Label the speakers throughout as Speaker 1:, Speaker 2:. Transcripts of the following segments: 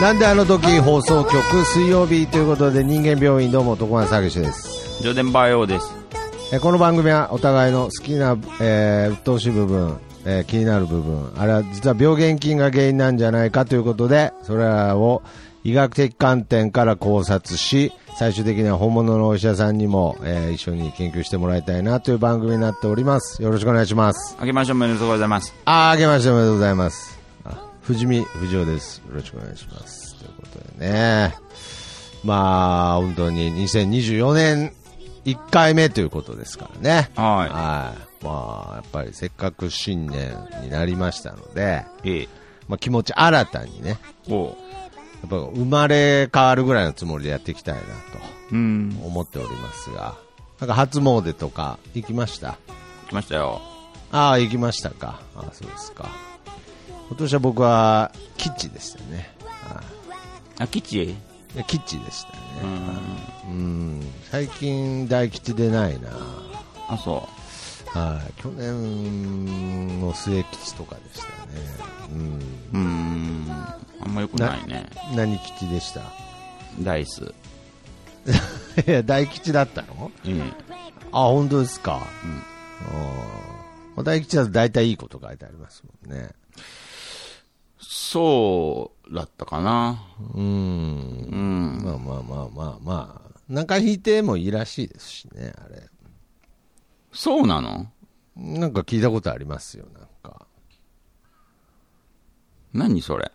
Speaker 1: なんであの時放送局水曜日ということで人間病院どうも男前詐欺師です
Speaker 2: ジョデンバイオです。
Speaker 1: えーこの番組はお互いの好きな、えー、鬱陶しい部分、えー気になる部分あれは実は病原菌が原因なんじゃないかということでそれらを医学的観点から考察し最終的には本物のお医者さんにも、えー一緒に研究してもらいたいなという番組になっておりますよろしくお願いします
Speaker 2: 明けましておめでとうございます。
Speaker 1: あー明けましておめでとうございますあ藤見藤尾ですよろしくお願いしますということでねまあ本当に2024年1回目ということですからね
Speaker 2: はい
Speaker 1: まあやっぱりせっかく新年になりましたので、
Speaker 2: ええ。
Speaker 1: まあ、気持ち新たにねや
Speaker 2: おう。
Speaker 1: っぱ生まれ変わるぐらいのつもりでやっていきたいな
Speaker 2: うん。
Speaker 1: と思っておりますがなんか初詣とか行きました
Speaker 2: 来ましたよ。
Speaker 1: ああ、行きましたか。ああ、そうですか。今年は僕は、キッチでしたね。あ
Speaker 2: あ、吉
Speaker 1: あキッチでしたね。うん。最近、大吉でないな。
Speaker 2: あ、そ
Speaker 1: はい。去年の末吉とかでしたね。うん。
Speaker 2: う。うーん。あんま良くないね。
Speaker 1: 何吉でした
Speaker 2: ダイス。
Speaker 1: いや、大吉だったの
Speaker 2: ええ。
Speaker 1: あ、本当ですか。うん。ああ大吉だと大体いいこと書いてありますもんね。
Speaker 2: そうだったかな。
Speaker 1: うん。
Speaker 2: うん。
Speaker 1: まあまあまあまあまあ、何回弾いてもいいらしいですしね、あれ。
Speaker 2: そうなの
Speaker 1: なんか聞いたことありますよ、なんか。
Speaker 2: 何それ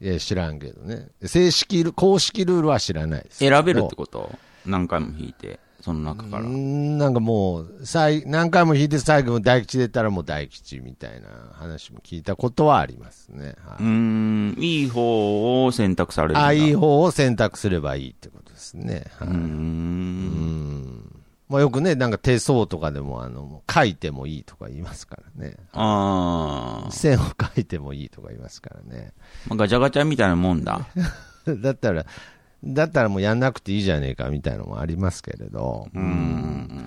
Speaker 1: いや、知らんけどね。正式ル、公式ルールは知らないですけど。
Speaker 2: 選べるってこと何回も弾いて、その中から
Speaker 1: う。んなんかもう、最、何回も弾いて最後大吉出たらもう大吉みたいな話も聞いたことはありますね。は
Speaker 2: う
Speaker 1: い
Speaker 2: ん。いい方を選択されるんだ。
Speaker 1: あいい
Speaker 2: 方。
Speaker 1: 方を選択すればいいってことですね。はいう
Speaker 2: ーん。
Speaker 1: まあ、よくね、なんか手相とかでも、あの、もう書いてもいいとか言いますからね。
Speaker 2: ああ。
Speaker 1: 線を書いてもいいとか言いますからね。
Speaker 2: まあガチャガチャみたいなもんだ。
Speaker 1: だったら、だったらもうやんなくていいじゃねえかみたいなのもありますけれど、
Speaker 2: うん。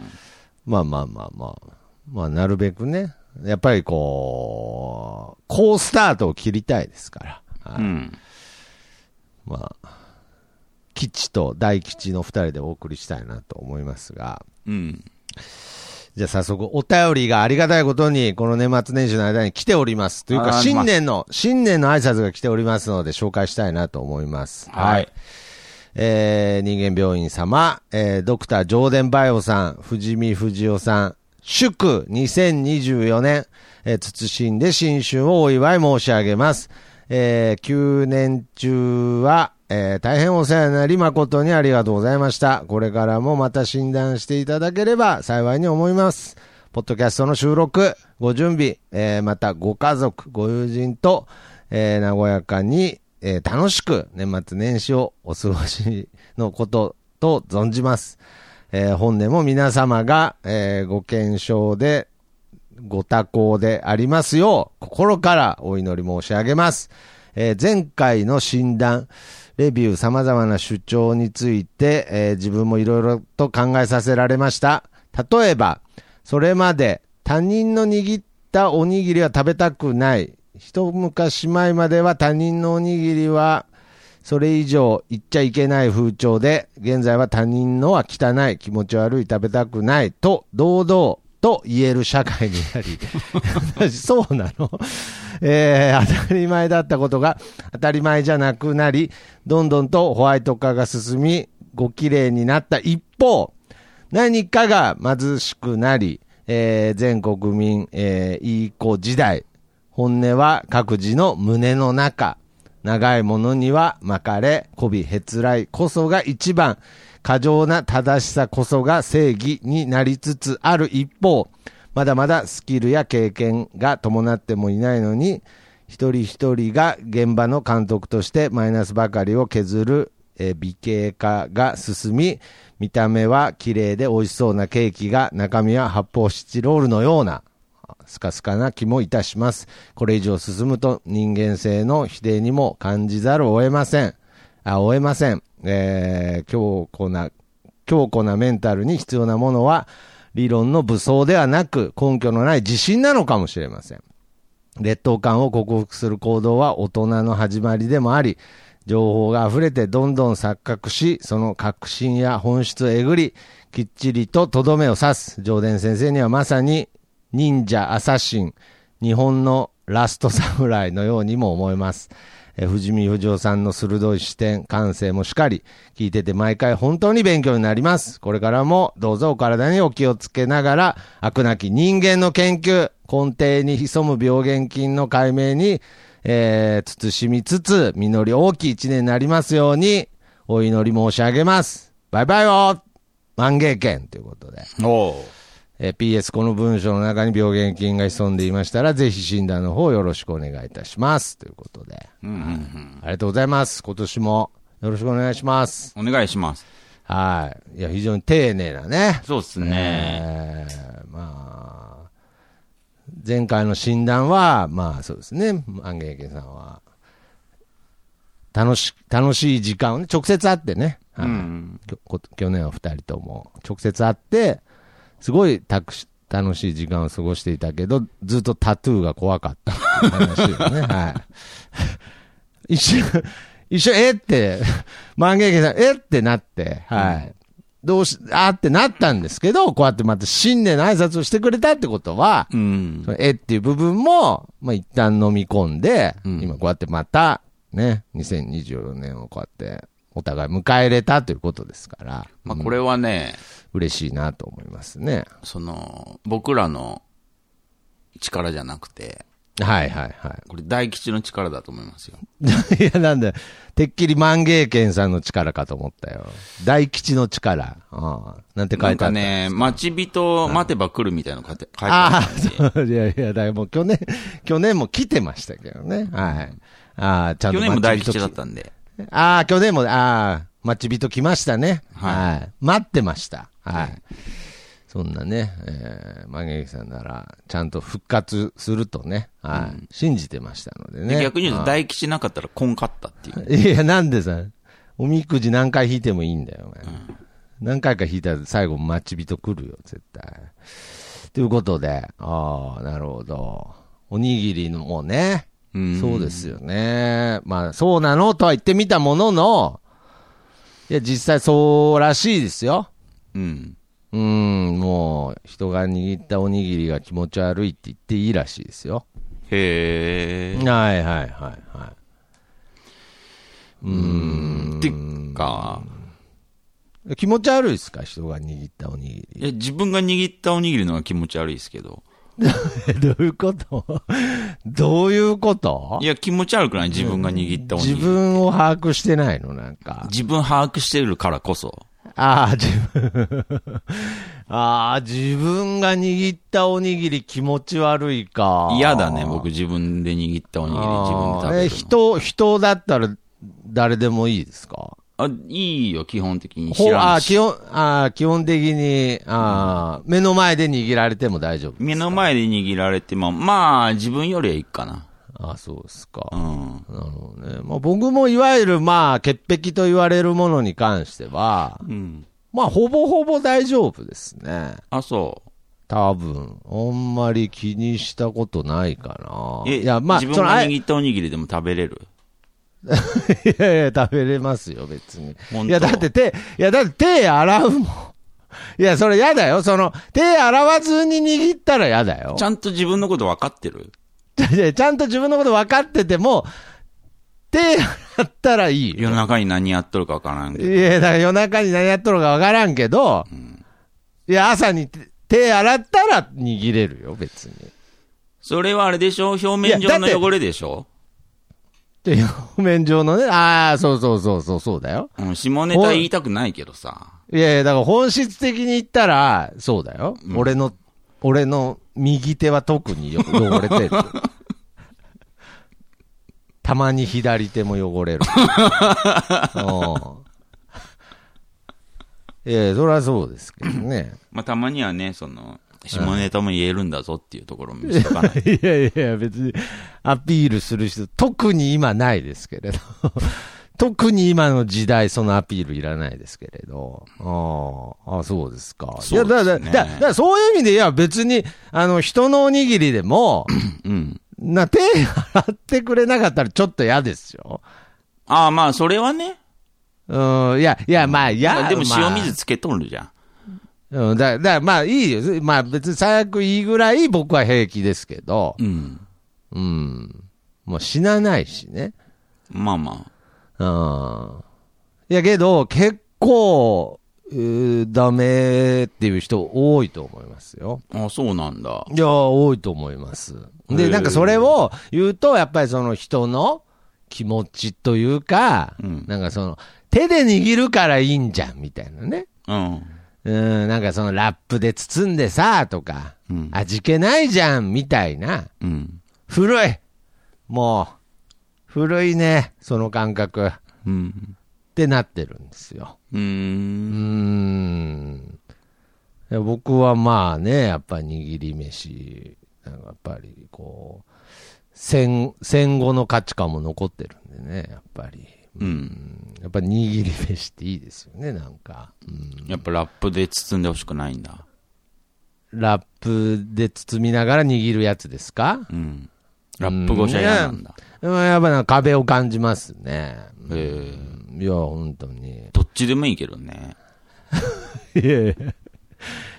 Speaker 1: まあまあまあまあ、まあなるべくね、やっぱりこう、好スタートを切りたいですから、は
Speaker 2: う
Speaker 1: い
Speaker 2: ん。
Speaker 1: まあ、吉と大吉の2人でお送りしたいなと思いますが、
Speaker 2: うん。
Speaker 1: じゃあ早速お便りがありがたいことに、この年末年始の間に来ております。という
Speaker 2: あ
Speaker 1: か、
Speaker 2: ー
Speaker 1: 新年の、新年の挨拶が来ておりますので、紹介したいなと思います。
Speaker 2: はい。
Speaker 1: えー人間病院様、えードクタージョーデンバイオさん、藤見藤夫さん、祝2024年、えー、謹んで新春をお祝い申し上げます。えー、9年中は、えー大変お世話になり誠にありがとうございました。これからもまた診断していただければ幸いに思います。ポッドキャストの収録、ご準備、えーまたご家族、ご友人と、えー和やかに、えー楽しく年末年始をお過ごしのことと存じます。えー本年も皆様が、えーご健勝で、ご多幸でありますよう、心からお祈り申し上げます。えー前回の診断、レビュー、様々な主張について、えー自分もいろいろと考えさせられました。例えば、それまで他人の握ったおにぎりは食べたくない。一昔前までは他人のおにぎりはそれ以上言っちゃいけない風潮で、現在は他人のは汚い、気持ち悪い、食べたくないと、堂々と言える社会になり、 私そうなの、えー当たり前だったことが当たり前じゃなくなり、どんどんとホワイト化が進み、ご綺麗になった一方、何かが貧しくなり、えー全国民、えーいい子時代、本音は各自の胸の中。長いものには巻かれ、媚び、へつらいこそが一番。過剰な正しさこそが正義になりつつある一方、まだまだスキルや経験が伴ってもいないのに、一人一人が現場の監督としてマイナスばかりを削るえー美形化が進み、見た目は綺麗で美味しそうなケーキが中身は発泡スチロールのようなスカスカな気もいたします。これ以上進むと人間性の否定にも感じざるを得ません。あ、追えません。えー強固な、強固なメンタルに必要なものは、理論の武装ではなく、根拠のない自信なのかもしれません。劣等感を克服する行動は大人の始まりでもあり、情報が溢れてどんどん錯覚し、その確信や本質をえぐり、きっちりととどめを刺す。上田先生にはまさに、忍者アサシン、日本のラストサムライのようにも思えます。えー藤見不二雄さんの鋭い視点、感性もしかり、聞いてて毎回本当に勉強になります。これからもどうぞお体にお気をつけながら、悪なき人間の研究、根底に潜む病原菌の解明に、えー慎みつつ、実り大きい一年になりますように、お祈り申し上げます。バイバイよ万芸券ということで。
Speaker 2: お
Speaker 1: えー PS この文章の中に病原菌が潜んでいましたら、ぜひ診断の方よろしくお願いいたします。ということで。ありがとうございます。今年もよろしくお願いします。
Speaker 2: お願いします。
Speaker 1: はい。いや、非常に丁寧なね。
Speaker 2: そうですね。
Speaker 1: えーまあ、前回の診断は、まあそうですね、アンゲーケンさんは、楽し、楽しい時間をね、直接会ってね、はい
Speaker 2: ん
Speaker 1: きょこ去年は2人とも、直接会って、すごいたくし楽しい時間を過ごしていたけど、ずっとタトゥーが怖かったっていう話をね、はい。一瞬、一瞬、えって、万元家さん、えってなって、はい。どうし、あーってなったんですけど、こうやってまた新年の挨拶をしてくれたってことは、
Speaker 2: うん
Speaker 1: そ。のえっていう部分も、まあ、一旦飲み込んで、
Speaker 2: うん
Speaker 1: 今こうやってまた、ね、2024年をこうやって、お互い迎え入れたということですから、
Speaker 2: まあ、これはね、
Speaker 1: 嬉しいなと思いますね。
Speaker 2: その、僕らの力じゃなくて、
Speaker 1: はいはいは
Speaker 2: これ大吉の力だと思いますよ。
Speaker 1: い。いや、なんだよてっきり万芸圏さんの力かと思ったよ。大吉の力。ああなんて書いてあ
Speaker 2: な
Speaker 1: っ
Speaker 2: ん
Speaker 1: た
Speaker 2: かね、待ち人待てば来るみたいなの書いて書いてあ
Speaker 1: ああ、
Speaker 2: ったんで
Speaker 1: そういやいや、だいぶ去年、去年も来てましたけどね。はい。ああ、ちゃんと
Speaker 2: 去年も大
Speaker 1: 待ち人
Speaker 2: 吉だったんで。
Speaker 1: きああ、去年も、ああ、待ち人来ましたね。は。
Speaker 2: はい
Speaker 1: 待ってました。はい。そんなね、えー、万劇さんなら、ちゃんと復活するとね、はい。信じてましたのでね。
Speaker 2: で逆に言うと大吉なかったらこんかったっていう。
Speaker 1: いや、なんでさ、おみくじ何回引いてもいいんだよ、お前。何回か引いたら最後待ち人来るよ、絶対。ということで、ああ、なるほど。おにぎりのもね、
Speaker 2: うん
Speaker 1: そうですよね。まあ、そうなのとは言ってみたものの、いや、実際そうらしいですよ。
Speaker 2: うん。
Speaker 1: うん、もう、人が握ったおにぎりが気持ち悪いって言っていいらしいですよ。
Speaker 2: へえ。
Speaker 1: はいはいはいはい。
Speaker 2: ってか、
Speaker 1: 気持ち悪いですか人が握ったおにぎり。
Speaker 2: いや自分が握ったおにぎりのが気持ち悪いですけど。
Speaker 1: どういうことどういうこと
Speaker 2: いや、気持ち悪くない自分が握ったおにぎり。
Speaker 1: 自分を把握してないのなんか。
Speaker 2: 自分把握してるからこそ。
Speaker 1: ああ、自分。 ああ、自分が握ったおにぎり気持ち悪いか。
Speaker 2: 嫌だね、僕自分で握ったおにぎり自分で食べる
Speaker 1: あ
Speaker 2: の
Speaker 1: あえ、人、人だったら誰でもいいですか
Speaker 2: あ、いいよ、基本的に。
Speaker 1: ほ
Speaker 2: 知
Speaker 1: うあ
Speaker 2: ら
Speaker 1: あ
Speaker 2: んし
Speaker 1: 基本、ああ基本的に、ああ目の前で握られても大丈夫。
Speaker 2: 目の前で握られても、まあ、自分よりはいいかな。
Speaker 1: ああそうですか。
Speaker 2: うん。
Speaker 1: なるほどね。まあ、僕もいわゆる、まあ、潔癖と言われるものに関しては、
Speaker 2: うん。
Speaker 1: まあ、ほぼほぼ大丈夫ですね。
Speaker 2: あ、そ
Speaker 1: 多分。あんまり気にしたことないかな。
Speaker 2: う。え、
Speaker 1: いや、まあ、
Speaker 2: 自
Speaker 1: そ
Speaker 2: 分
Speaker 1: の
Speaker 2: が
Speaker 1: あい
Speaker 2: 握ったおにぎりでも食べれる。
Speaker 1: や いや、食べれますよ、別に。
Speaker 2: 本
Speaker 1: い
Speaker 2: 当
Speaker 1: や、だって手、いや、だって手洗うもん。 いや、それやだよ。その、手洗わずに握ったらやだよ
Speaker 2: ち。ゃんと自分のこと分かってる
Speaker 1: いやちゃんと自分のこと分かってても、手洗ったらいいよ
Speaker 2: 夜中に何やっとるか分からんけど。
Speaker 1: いや、だから夜中に何やっとるかわからんけど、いや、朝にて手洗ったら握れるよ、別に。
Speaker 2: それはあれでしょ表面
Speaker 1: いや
Speaker 2: 上
Speaker 1: だ
Speaker 2: の
Speaker 1: って
Speaker 2: 汚れでしょ
Speaker 1: で、表面上のね、 ああ、そうそうそうそう、そうだよ。
Speaker 2: うん、下ネタ言いたくないけどさ。
Speaker 1: いやいや、だから本質的に言ったら、そうだよ。俺の、俺の右手は特によ汚れてる。 たまに左手も汚れる。うん。いやいや、それはそうですけどね。
Speaker 2: まあ、たまにはね、その、下ネタも言えるんだぞっていうところも見せとか ない。
Speaker 1: いやいや、別にアピールする人、特に今ないですけれど、 特に今の時代、そのアピールいらないですけれど、ああ、そうですか。
Speaker 2: そう
Speaker 1: いやだ
Speaker 2: で
Speaker 1: だ
Speaker 2: すね
Speaker 1: だだからそういう意味で、いや、別に、あの、人のおにぎりでも、
Speaker 2: うん。
Speaker 1: な手洗ってくれなかったらちょっと嫌ですよ。
Speaker 2: ああ、まあ、それはね。
Speaker 1: うん、いや、いや、まあ、いや、
Speaker 2: でも
Speaker 1: まあ
Speaker 2: 塩水つけとるじゃん。
Speaker 1: うん、だだからまあいいよ。まあ別に最悪いいぐらい僕は平気ですけど、
Speaker 2: うん。
Speaker 1: うん。もう死なないしね。
Speaker 2: まあま
Speaker 1: うん。いやけど、結構、うーダメっていう人多いと思いますよ。
Speaker 2: あ。あそうなんだ。
Speaker 1: いや、多いと思います。
Speaker 2: へ
Speaker 1: で、
Speaker 2: ー
Speaker 1: なんかそれを言うと、やっぱりその人の気持ちというか、
Speaker 2: うん
Speaker 1: なんかその、手で握るからいいんじゃん、みたいなね。
Speaker 2: うん。
Speaker 1: うん、なんかそのラップで包んでさ、とか、
Speaker 2: うん。
Speaker 1: 味気ないじゃん、みたいな。
Speaker 2: うん。
Speaker 1: 古いもう、古いね、その感覚。っ
Speaker 2: うん。
Speaker 1: てなってるんですよ。
Speaker 2: うー
Speaker 1: うー
Speaker 2: ん。
Speaker 1: ん。いや僕はまあね、やっぱ握り飯、なんかやっぱりこう、戦、戦後の価値観も残ってるんでね、やっぱり。
Speaker 2: うん。
Speaker 1: やっぱ握り飯っていいですよね、なんか。うん
Speaker 2: やっぱラップで包んでほしくないんだ。
Speaker 1: ラップで包みながら握るやつですか
Speaker 2: うん。ラップ越しは嫌なんだ。
Speaker 1: うんやっぱなんか壁を感じますね。
Speaker 2: へえ。
Speaker 1: いや、本当に。
Speaker 2: どっちでもいいけどね。
Speaker 1: いやいや。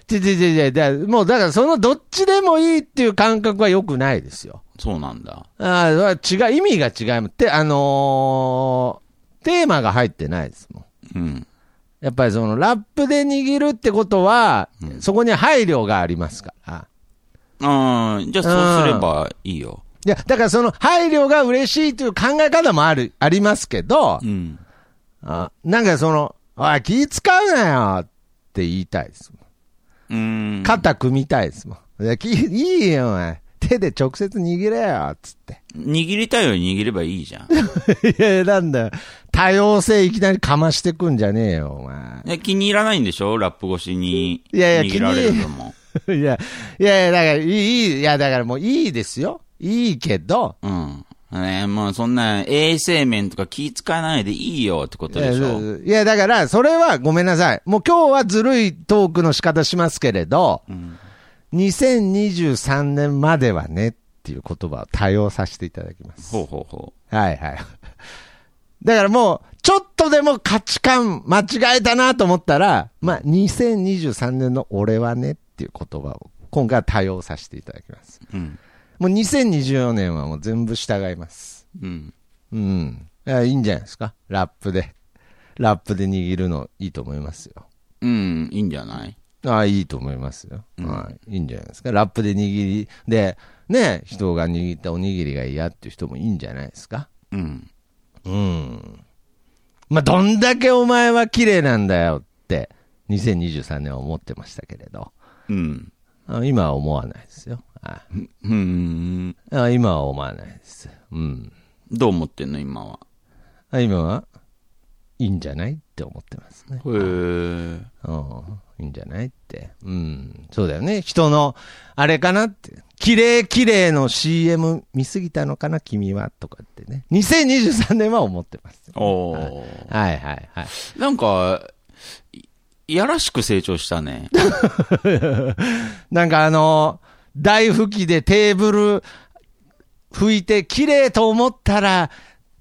Speaker 1: ちちちちだもうだからそのどっちでもいいっていう感覚は良くないですよ。
Speaker 2: そうなんだ。
Speaker 1: ああ、それは違う、意味が違います。て、あのーテーマが入ってないですもん。
Speaker 2: うん。
Speaker 1: やっぱりそのラップで握るってことは、そこに配慮がありますから。
Speaker 2: ああ、じゃあそうすればいいよ。
Speaker 1: いや、だからその配慮が嬉しいという考え方もある、ありますけど、
Speaker 2: うん。
Speaker 1: あなんかその、おい、気使うなよって言いたいですもん。
Speaker 2: うん。
Speaker 1: 肩組みたいですもん。いや、きいいよ、お前。手で直接握れよ、つ って。
Speaker 2: 握りたいように握ればいいじゃん。
Speaker 1: いや、なんだよ。多様性いきなりかましてくんじゃねえよ、お前。
Speaker 2: ね気に入らないんでしょラップ越しに
Speaker 1: いやいや
Speaker 2: 握られるのも。
Speaker 1: いや、いやいや、だから、いい、いいいや、だからもういいですよ。いいけど、
Speaker 2: うん。ねもうそんな衛生面とか気使わないでいいよってことでしょ。
Speaker 1: いや、だから、それはごめんなさい。もう今日はずるいトークの仕方しますけれど、
Speaker 2: うん。
Speaker 1: 2023年まではねっていう言葉を多用させていただきます。
Speaker 2: ほうほうほ
Speaker 1: はいはい。 だからもう、ちょっとでも価値観間違えたなと思ったら、まあ、2023年の俺はねっていう言葉を今回は多用させていただきます。
Speaker 2: う。うん。
Speaker 1: もう2024年はもう全部従います。
Speaker 2: うん。
Speaker 1: うん。いやいいんじゃないですか。ラップで。ラップで握るのいいと思いますよ。
Speaker 2: うん、いいんじゃない
Speaker 1: ああ、いいと思いますよ。はい。いいんじゃないですか。ラップで握り、で、ね、人が握ったおにぎりが嫌っていう人もいいんじゃないですか。
Speaker 2: うん。
Speaker 1: うん。まあ、どんだけお前は綺麗なんだよって、2023年は思ってましたけれど、
Speaker 2: うん。
Speaker 1: あ今は思わないですよ。は
Speaker 2: うん。
Speaker 1: いあ今は思わないです。うん。
Speaker 2: どう思ってんの今は。
Speaker 1: あ今は、いいんじゃないって思ってますね。
Speaker 2: へえ。
Speaker 1: うん。いいんじゃないって。うん。そうだよね。人の、あれかなって。綺麗綺麗の CM 見すぎたのかな君はとかってね。2023年は思ってます。
Speaker 2: おー。
Speaker 1: はいはいはい。
Speaker 2: なんか、いいやらしく成長したね。
Speaker 1: なんかあの、大拭きでテーブル拭いて綺麗と思ったら、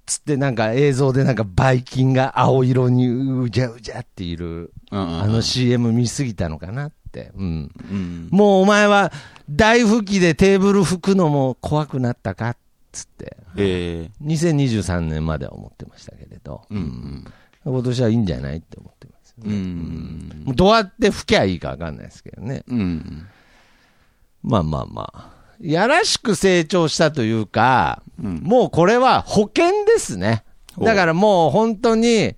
Speaker 1: つってなんか映像でなんかバイキンが青色にうじゃうじゃっている、
Speaker 2: うんうんうん。
Speaker 1: あの CM 見すぎたのかなって。うん。
Speaker 2: うん。
Speaker 1: もうお前は大拭きでテーブル拭くのも怖くなったかつって。
Speaker 2: ええ。
Speaker 1: 2023年までは思ってましたけれど、
Speaker 2: うん
Speaker 1: 今年はいいんじゃないって思ってます。
Speaker 2: うん。うん。
Speaker 1: もうどうやって拭きゃいいかわかんないですけどね。
Speaker 2: うん。
Speaker 1: まあまあまあ。やらしく成長したというか、
Speaker 2: うん
Speaker 1: もうこれは保険ですね。
Speaker 2: ほう
Speaker 1: だからもう本当に、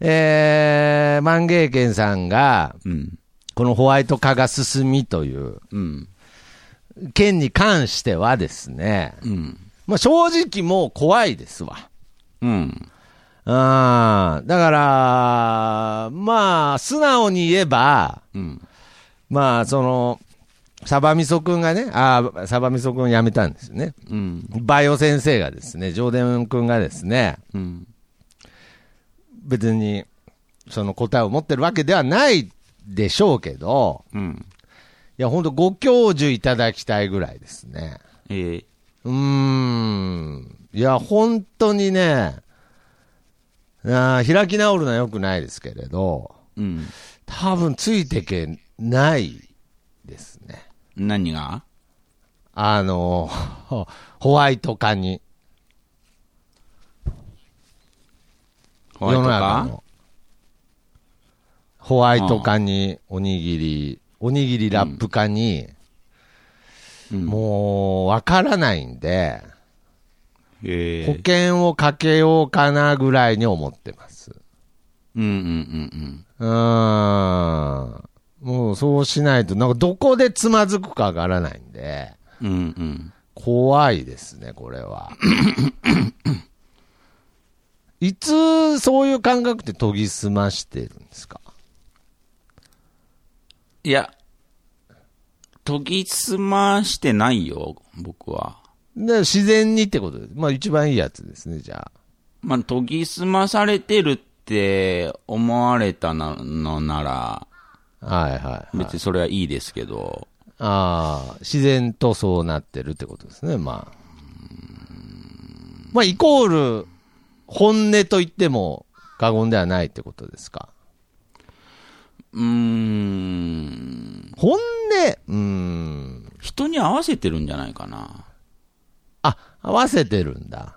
Speaker 1: えー、万芸軒さんが、
Speaker 2: うん。
Speaker 1: このホワイト化が進みという
Speaker 2: うん。
Speaker 1: 件に関してはですね、
Speaker 2: うん。
Speaker 1: まあ正直もう怖いですわ。
Speaker 2: うん。
Speaker 1: あだから、まあ、素直に言えば、
Speaker 2: うん。
Speaker 1: まあ、その、サバミソ君がね、ああ、サバミソ君辞めたんですよね。
Speaker 2: うん。
Speaker 1: バイオ先生がですね、上田君がですね、
Speaker 2: うん。
Speaker 1: 別にその答えを持ってるわけではないでしょうけど、
Speaker 2: うん。
Speaker 1: いや、本当ご教授いただきたいぐらいですね。
Speaker 2: ええ。
Speaker 1: うーん。いや、本当にね、あー開き直るのは良くないですけれど、
Speaker 2: うん。
Speaker 1: 多分ついてけないですね。
Speaker 2: 何が
Speaker 1: あの、 ほホワイト化に、
Speaker 2: ホワイト
Speaker 1: 世の中
Speaker 2: か
Speaker 1: の。ホワイト化に、おにぎり、おにぎりラップ化に、
Speaker 2: うん
Speaker 1: もう、わからないんで、
Speaker 2: ええ
Speaker 1: 保険をかけようかなぐらいに思ってます。
Speaker 2: うんうんう
Speaker 1: うー
Speaker 2: ん
Speaker 1: ん。もうそうしないと、なんかどこでつまずくかわからないんで、
Speaker 2: うん。うんうん。
Speaker 1: 怖いですね、これは。 いつ、そういう感覚って研ぎ澄ましてるんですか
Speaker 2: いや、研ぎ澄ましてないよ、僕は。
Speaker 1: で自然にってことです。まあ一番いいやつですね、じゃあ。
Speaker 2: まあ、研ぎ澄まされてるって思われたなのなら、
Speaker 1: はいはい、はい。
Speaker 2: 別にそれはいいですけど、
Speaker 1: ああ、自然とそうなってるってことですね、まあ。まあイコール、本音と言っても過言ではないってことですか。
Speaker 2: うーん、
Speaker 1: 本音、うーん。
Speaker 2: 人に合わせてるんじゃないかな。
Speaker 1: あ、合わせてるんだ。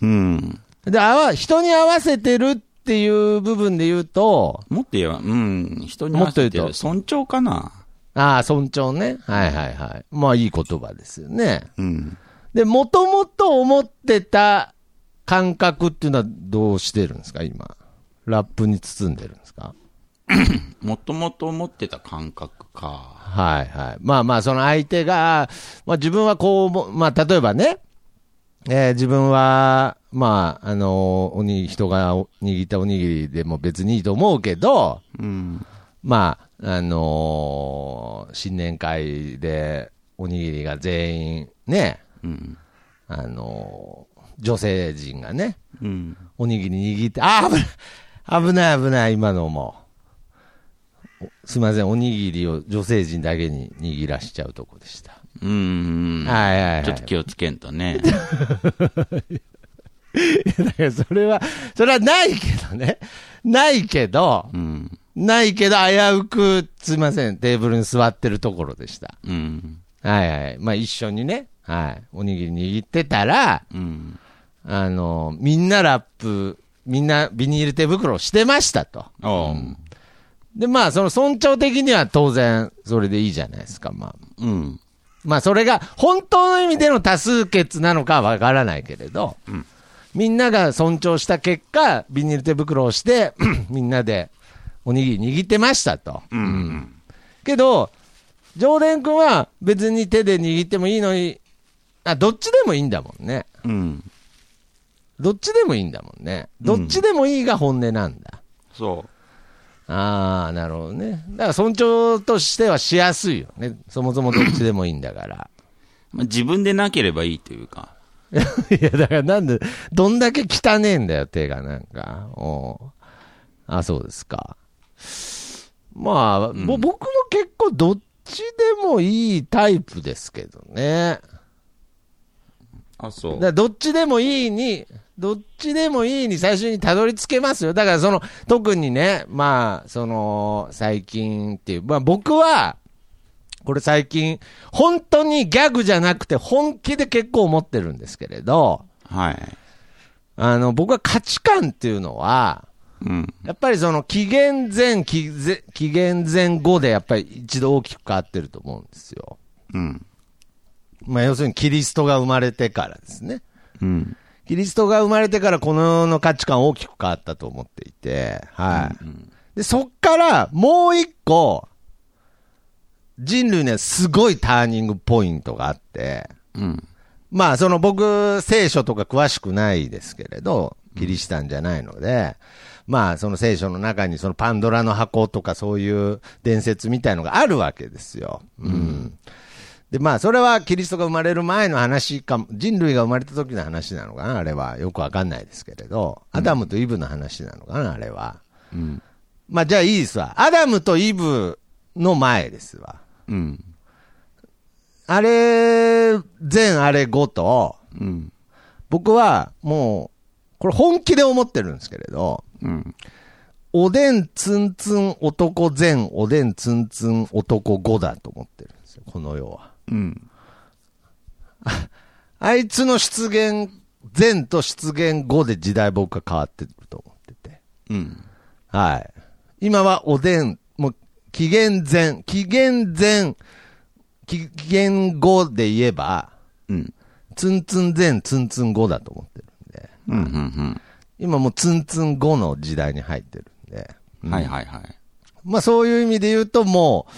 Speaker 2: うん。
Speaker 1: で、あわ、人に合わせてるっていう部分で言うと、
Speaker 2: もっと言えば、うん、人に合わせて
Speaker 1: もっ
Speaker 2: る。
Speaker 1: と
Speaker 2: 尊重かな。
Speaker 1: ああ、尊重ね。はいはいはい。まあいい言葉ですよね。
Speaker 2: うん。
Speaker 1: で、もともと思ってた感覚っていうのはどうしてるんですか、今。ラップに包んでるんですか
Speaker 2: もともと思ってた感覚か。
Speaker 1: はいはい。まあまあ、その相手が、まあ自分はこう思う、まあ例えばね、えー自分は、まあ、あのおに、人がお握ったおにぎりでも別にいいと思うけど、
Speaker 2: うん。
Speaker 1: まあ、あのー新年会でおにぎりが全員ね、
Speaker 2: うん。
Speaker 1: あのー女性陣がね、
Speaker 2: うん。
Speaker 1: おにぎり握って、あー、危ない、危ない、危ない、今のも。おすみません、おにぎりを女性陣だけに握らしちゃうとこでした。
Speaker 2: うん。
Speaker 1: はいはいはい。
Speaker 2: ちょっと気をつけんと ね。
Speaker 1: だからそれは、それはないけどね。ないけど、
Speaker 2: うん。
Speaker 1: ないけど、危うく、すみません、テーブルに座ってるところでした。
Speaker 2: うん。
Speaker 1: はいはい。まあ一緒にね、はい。おにぎり握ってたら、
Speaker 2: うん。
Speaker 1: あの、みんなラップ、みんなビニール手袋をしてましたと。
Speaker 2: おう
Speaker 1: で、まあその尊重的には当然、それでいいじゃないですか。まあ、
Speaker 2: うん。
Speaker 1: まあそれが本当の意味での多数決なのかはわからないけれど、みんなが尊重した結果、ビニール手袋をして、 みんなでおにぎり握ってましたと。うんけど、常連君は別に手で握ってもいいのに、あ、どっちでもいいんだもんね。
Speaker 2: うん。
Speaker 1: どっちでもいいんだもんね。どっちでもいいが本音なんだ。
Speaker 2: そ
Speaker 1: ああ、なるほどね。だから尊重としてはしやすいよね。そもそもどっちでもいいんだから。
Speaker 2: う。まあ、自分でなければいいというか。
Speaker 1: いや、だからなんで、どんだけ汚ねえんだよ、手がなんか。おうあ、そうですか。まあ、ぼ僕も結構どっちでもいいタイプですけどね。
Speaker 2: あ、そ
Speaker 1: だからどっちでもいいに、どっちでもいいに最初にたどり着けますよ。だからその、特にね、まあ、その、最近っていう、まあ僕は、これ最近、本当にギャグじゃなくて本気で結構思ってるんですけれど、
Speaker 2: はい。
Speaker 1: あの、僕は価値観っていうのは、
Speaker 2: うん。
Speaker 1: やっぱりその、紀元前、紀ぜ紀元前後でやっぱり一度大きく変わってると思うんですよ。
Speaker 2: うん。
Speaker 1: まあ要するにキリストが生まれてからですね。
Speaker 2: うん。
Speaker 1: キリストが生まれてからこの世の価値観大きく変わったと思っていて、はい。で、そっからもう一個、人類にはすごいターニングポイントがあって、
Speaker 2: うん。
Speaker 1: まあその僕、聖書とか詳しくないですけれど、キリシタンじゃないので、まあその聖書の中にそのパンドラの箱とかそういう伝説みたいのがあるわけですよ。うん。で、まあそれはキリストが生まれる前の話かも、人類が生まれた時の話なのかな、あれは。よくわかんないですけれど、アダムとイブの話なのかな、あれは。
Speaker 2: うん。
Speaker 1: まあじゃあいいですわ。アダムとイブの前ですわ。
Speaker 2: うん。
Speaker 1: あれ、前あれ後と、
Speaker 2: うん。
Speaker 1: 僕はもうこれ本気で思ってるんですけれど、
Speaker 2: うん。
Speaker 1: おでんつんつん男前、おでんつんつん男後だと思ってるんですよ、この世は。
Speaker 2: うん。
Speaker 1: あいつの出現前と出現後で時代僕は変わってると思ってて。
Speaker 2: うん。
Speaker 1: はい。今はおでん、もう、紀元前、紀元前、紀元後で言えば、
Speaker 2: うん。
Speaker 1: ツンツン前、ツンツン後だと思ってるんで、
Speaker 2: うん。うん。
Speaker 1: 今もうツンツン後の時代に入ってるんで、
Speaker 2: うん。はいはいはい。
Speaker 1: まあそういう意味で言うともう、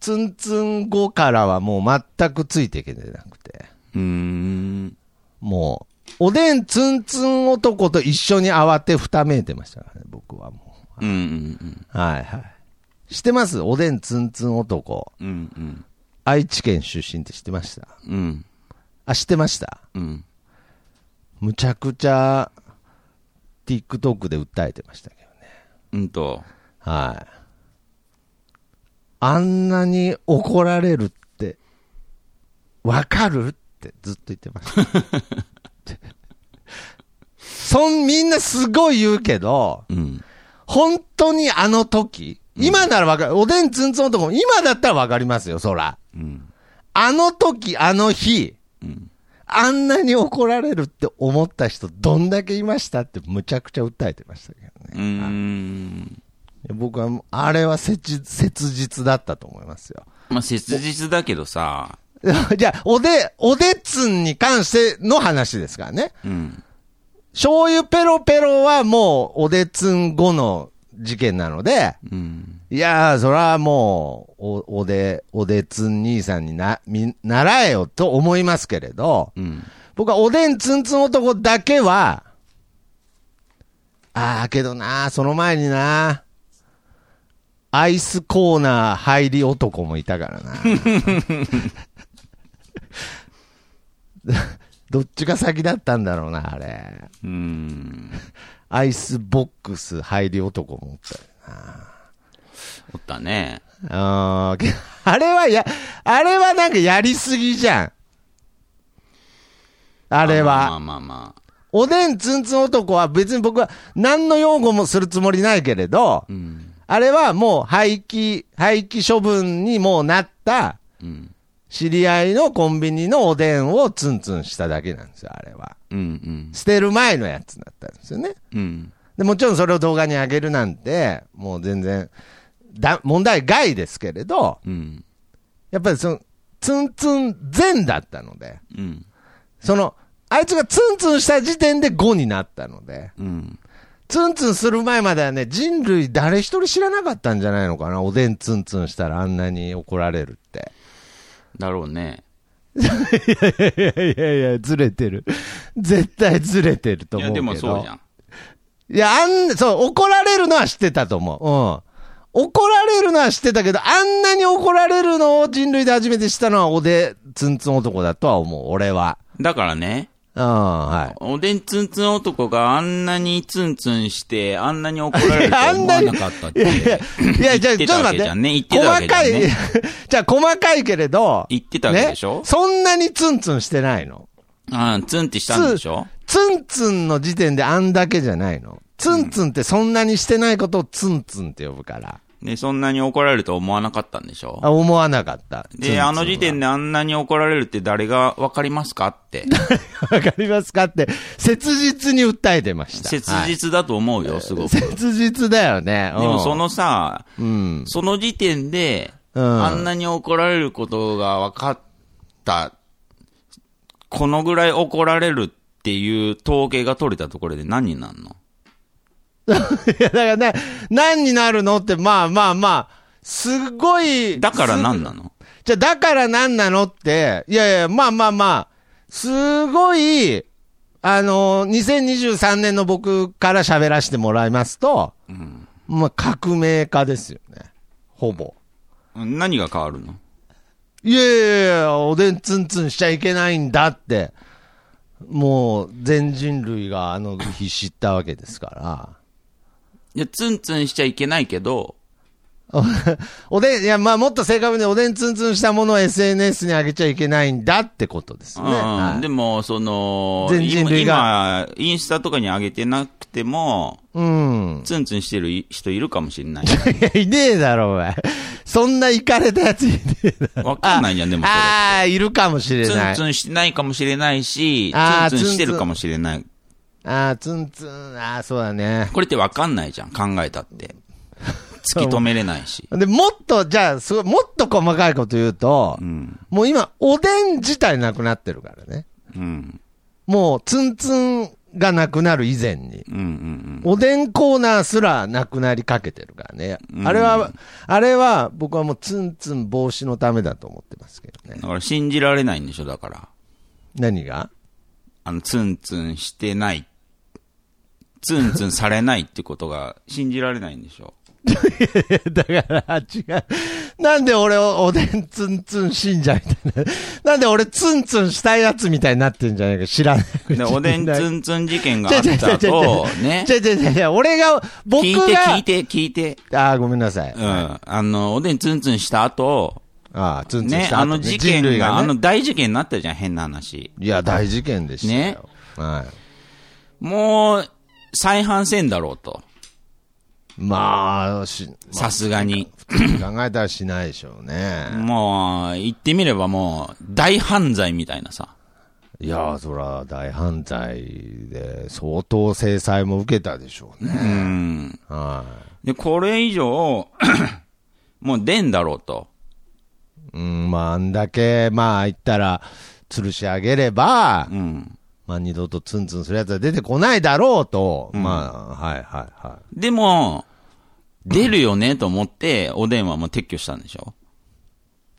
Speaker 1: ツンツン後からはもう全くついていけてなくて、
Speaker 2: うーん。
Speaker 1: もう、おでんツンツン男と一緒に慌てふためいてましたからね、僕はも
Speaker 2: うんうん
Speaker 1: う。はいはい。知ってますおでんツンツン男。
Speaker 2: うん。うん
Speaker 1: 愛知県出身って知ってました
Speaker 2: うん。うん。
Speaker 1: あ、知ってました
Speaker 2: うん。
Speaker 1: むちゃくちゃ、TikTok で訴えてましたけどね。
Speaker 2: うんと。
Speaker 1: はい。あんなに怒られるって、わかるってずっと言ってました。そん、みんなすごい言うけど、
Speaker 2: うん。
Speaker 1: 本当にあの時、今ならわかる。おでんつんつん男も今だったらわかりますよ、そら。
Speaker 2: うん。
Speaker 1: あの時、あの日、
Speaker 2: うん。
Speaker 1: あんなに怒られるって思った人、どんだけいましたって、むちゃくちゃ訴えてましたけどね。
Speaker 2: うーん。
Speaker 1: 僕はもう、あれは切切実だったと思いますよ。
Speaker 2: まあ、切実だけどさ。
Speaker 1: じゃあ、おで、おでつんに関しての話ですからね。
Speaker 2: うん。
Speaker 1: 醤油ペロペロはもう、おでつん後の事件なので、
Speaker 2: うん。
Speaker 1: いやー、そらもう、お、おで、おでつん兄さんにな、み、習えよと思いますけれど、
Speaker 2: うん。
Speaker 1: 僕はおでんつんつん男だけは、ああ、けどな、その前にな、アイスコーナー入り男もいたからな。 どっちが先だったんだろうな、あれ。
Speaker 2: うん。
Speaker 1: アイスボックス入り男もおったよ
Speaker 2: おったね。
Speaker 1: な。あーけあれはや、あれはなんかやりすぎじゃん。あれは。
Speaker 2: まあまあまあ。
Speaker 1: おでんつんつん男は別に僕は何の擁護もするつもりないけれど、
Speaker 2: うん。
Speaker 1: あれはもう廃棄、廃棄処分にもうなった
Speaker 2: うん。
Speaker 1: 知り合いのコンビニのおでんをツンツンしただけなんですよ、あれは。
Speaker 2: うん。
Speaker 1: 捨てる前のやつだったんですよね。
Speaker 2: うん。うん。
Speaker 1: でもちろんそれを動画に上げるなんて、もう全然、だ、問題外ですけれど、
Speaker 2: うん。
Speaker 1: やっぱりその、ツンツン前だったので、
Speaker 2: うん。
Speaker 1: その、あいつがツンツンした時点で5になったので、
Speaker 2: うん。
Speaker 1: ツンツンする前まではね、人類誰一人知らなかったんじゃないのかな。おでんツンツンしたらあんなに怒られるって。
Speaker 2: だろうね。
Speaker 1: いやいやいや、ずれてる。絶対ずれてると思
Speaker 2: いや、
Speaker 1: うけ
Speaker 2: で
Speaker 1: ど。
Speaker 2: もそうじゃん。
Speaker 1: いや、あん、そう、怒られるのは知ってたと思う。うん。怒られるのは知ってたけど、あんなに怒られるのを人類で初めて知ったのはおでツンツン男だとは思う。俺は。
Speaker 2: だからね、
Speaker 1: うん、は
Speaker 2: おでんツンツン男があんなにツンツンして、あんなに怒られると
Speaker 1: いやあん
Speaker 2: 思
Speaker 1: な
Speaker 2: わ
Speaker 1: に
Speaker 2: なかったっ
Speaker 1: い。い
Speaker 2: て。
Speaker 1: やいや、いや、じゃあ、ちょ
Speaker 2: 言って
Speaker 1: っと
Speaker 2: たわ
Speaker 1: 待
Speaker 2: け
Speaker 1: っ
Speaker 2: じ
Speaker 1: て。
Speaker 2: ゃんね言ってたわけ
Speaker 1: 細かい
Speaker 2: じゃんね、
Speaker 1: じゃあ、細かいけれど。
Speaker 2: 言ってたわけでしょ
Speaker 1: ね、そんなにツンツンしてないの。
Speaker 2: あツンってしたんでしょ
Speaker 1: ツンツンの時点であんだけじゃないの。ツンツンってそんなにしてないことをツンツンって呼ぶから。
Speaker 2: で、そんなに怒られると思わなかったんでしょ
Speaker 1: あ思わなかった。ツンツン
Speaker 2: で、
Speaker 1: は
Speaker 2: あの時点であんなに怒られるって誰がわかりますかって。
Speaker 1: わかりますかって、切実に訴えてました。
Speaker 2: 切
Speaker 1: はい
Speaker 2: 実だと思うよ、すごく。で
Speaker 1: 切実だよね。うん
Speaker 2: もそ、のさ、
Speaker 1: うん。
Speaker 2: その時点で、
Speaker 1: うん
Speaker 2: あんなに怒られることが分かった、このぐらい怒られるっていう統計が取れたところで何になるの
Speaker 1: いや、だからね、何になるのって、まあまあまあ、すごい。
Speaker 2: だから
Speaker 1: な
Speaker 2: 何なの
Speaker 1: じゃあ、だから何なのって、いやいや、まあまあまあ、すごい、あの、2023年の僕から喋らせてもらいますと、
Speaker 2: うん
Speaker 1: まあ、革命家ですよね。ほぼ。
Speaker 2: 何が変わるの
Speaker 1: いやいやいや、おでんツンツンしちゃいけないんだって、もう、全人類があの日知ったわけですから。
Speaker 2: いや、ツンツンしちゃいけないけど、
Speaker 1: おでん、いや、まあ、もっと正確におでんツンツンしたものを SNS に上げちゃいけないんだってことですね。は
Speaker 2: うん、
Speaker 1: い
Speaker 2: でも、その、
Speaker 1: 全人類
Speaker 2: 今、今インスタとかに上げてなくても、
Speaker 1: うん。
Speaker 2: ツンツンしてる人いるかもしれ ない。
Speaker 1: いや、いねえだろ、お前。そんなイカれたやついねえだろ。
Speaker 2: わかんないじゃん、でもそれ。
Speaker 1: ああ、いるかもしれ
Speaker 2: ツ
Speaker 1: な
Speaker 2: ン
Speaker 1: い。
Speaker 2: ツンしてないかもしれないし、
Speaker 1: あー
Speaker 2: ツンツンしてるかもしれない。
Speaker 1: ああ、ツンツン、ああ、そうだね。
Speaker 2: これってわかんないじゃん、考えたって。突き止めれないし。
Speaker 1: で、もっと、じゃあ、すごい、もっと細かいこと言うと
Speaker 2: う、ん。
Speaker 1: もう今、おでん自体なくなってるからね。
Speaker 2: うん。
Speaker 1: もう、ツンツンがなくなる以前に。
Speaker 2: うん。うん。
Speaker 1: おでんコーナーすらなくなりかけてるからね。あれは、あれは僕はもうツンツン防止のためだと思ってますけど
Speaker 2: うん
Speaker 1: ね。
Speaker 2: だから信じられないんでしょ、だから。
Speaker 1: 何が
Speaker 2: あの、ツンツンしてない。ツンツンされないってことが信じられないんでしょ。
Speaker 1: だから、違う。なんで俺をおでんツンツン信者みたいな。なんで俺ツンツンしたいやつみたいになってんじゃないか知らない。
Speaker 2: で、おでん
Speaker 1: ン
Speaker 2: ツンツン事件が
Speaker 1: ち
Speaker 2: あ
Speaker 1: ょ
Speaker 2: っ
Speaker 1: ちょちょ
Speaker 2: た
Speaker 1: ちょ
Speaker 2: と、ね
Speaker 1: ち。ょちょちょちょ、俺が、僕
Speaker 2: 聞いて、
Speaker 1: が
Speaker 2: 聞い、て、聞いて。
Speaker 1: ああ、ごめんなさい。
Speaker 2: うん。あの、おでんツンツンした後、
Speaker 1: ああ、ツンツン
Speaker 2: ね
Speaker 1: し、た
Speaker 2: あ
Speaker 1: 後ね、
Speaker 2: の事件
Speaker 1: 人類
Speaker 2: が、あ
Speaker 1: が、
Speaker 2: の
Speaker 1: ね。
Speaker 2: 大事件になったじゃん、変な話。
Speaker 1: いや、大事件でしたよ。
Speaker 2: ね
Speaker 1: はい。
Speaker 2: もう、再犯せんだろうと。
Speaker 1: まあ、し、
Speaker 2: さすがに。
Speaker 1: 考えたらしないでしょうね。
Speaker 2: もう、言ってみればもう、大犯罪みたいなさ。
Speaker 1: いやー、そら、大犯罪で、相当制裁も受けたでしょうね。
Speaker 2: うん。
Speaker 1: は
Speaker 2: で、これ以上、 もう出んだろうと。
Speaker 1: い。うん、まあ、あんだけ、まあ、言ったら、吊るし上げれば、
Speaker 2: うん。
Speaker 1: まあ、二度とツンツンするやつは出てこないだろうと、まあ、はいはいは
Speaker 2: でも、出るよねと思って、おでんはもう撤去したんでしょ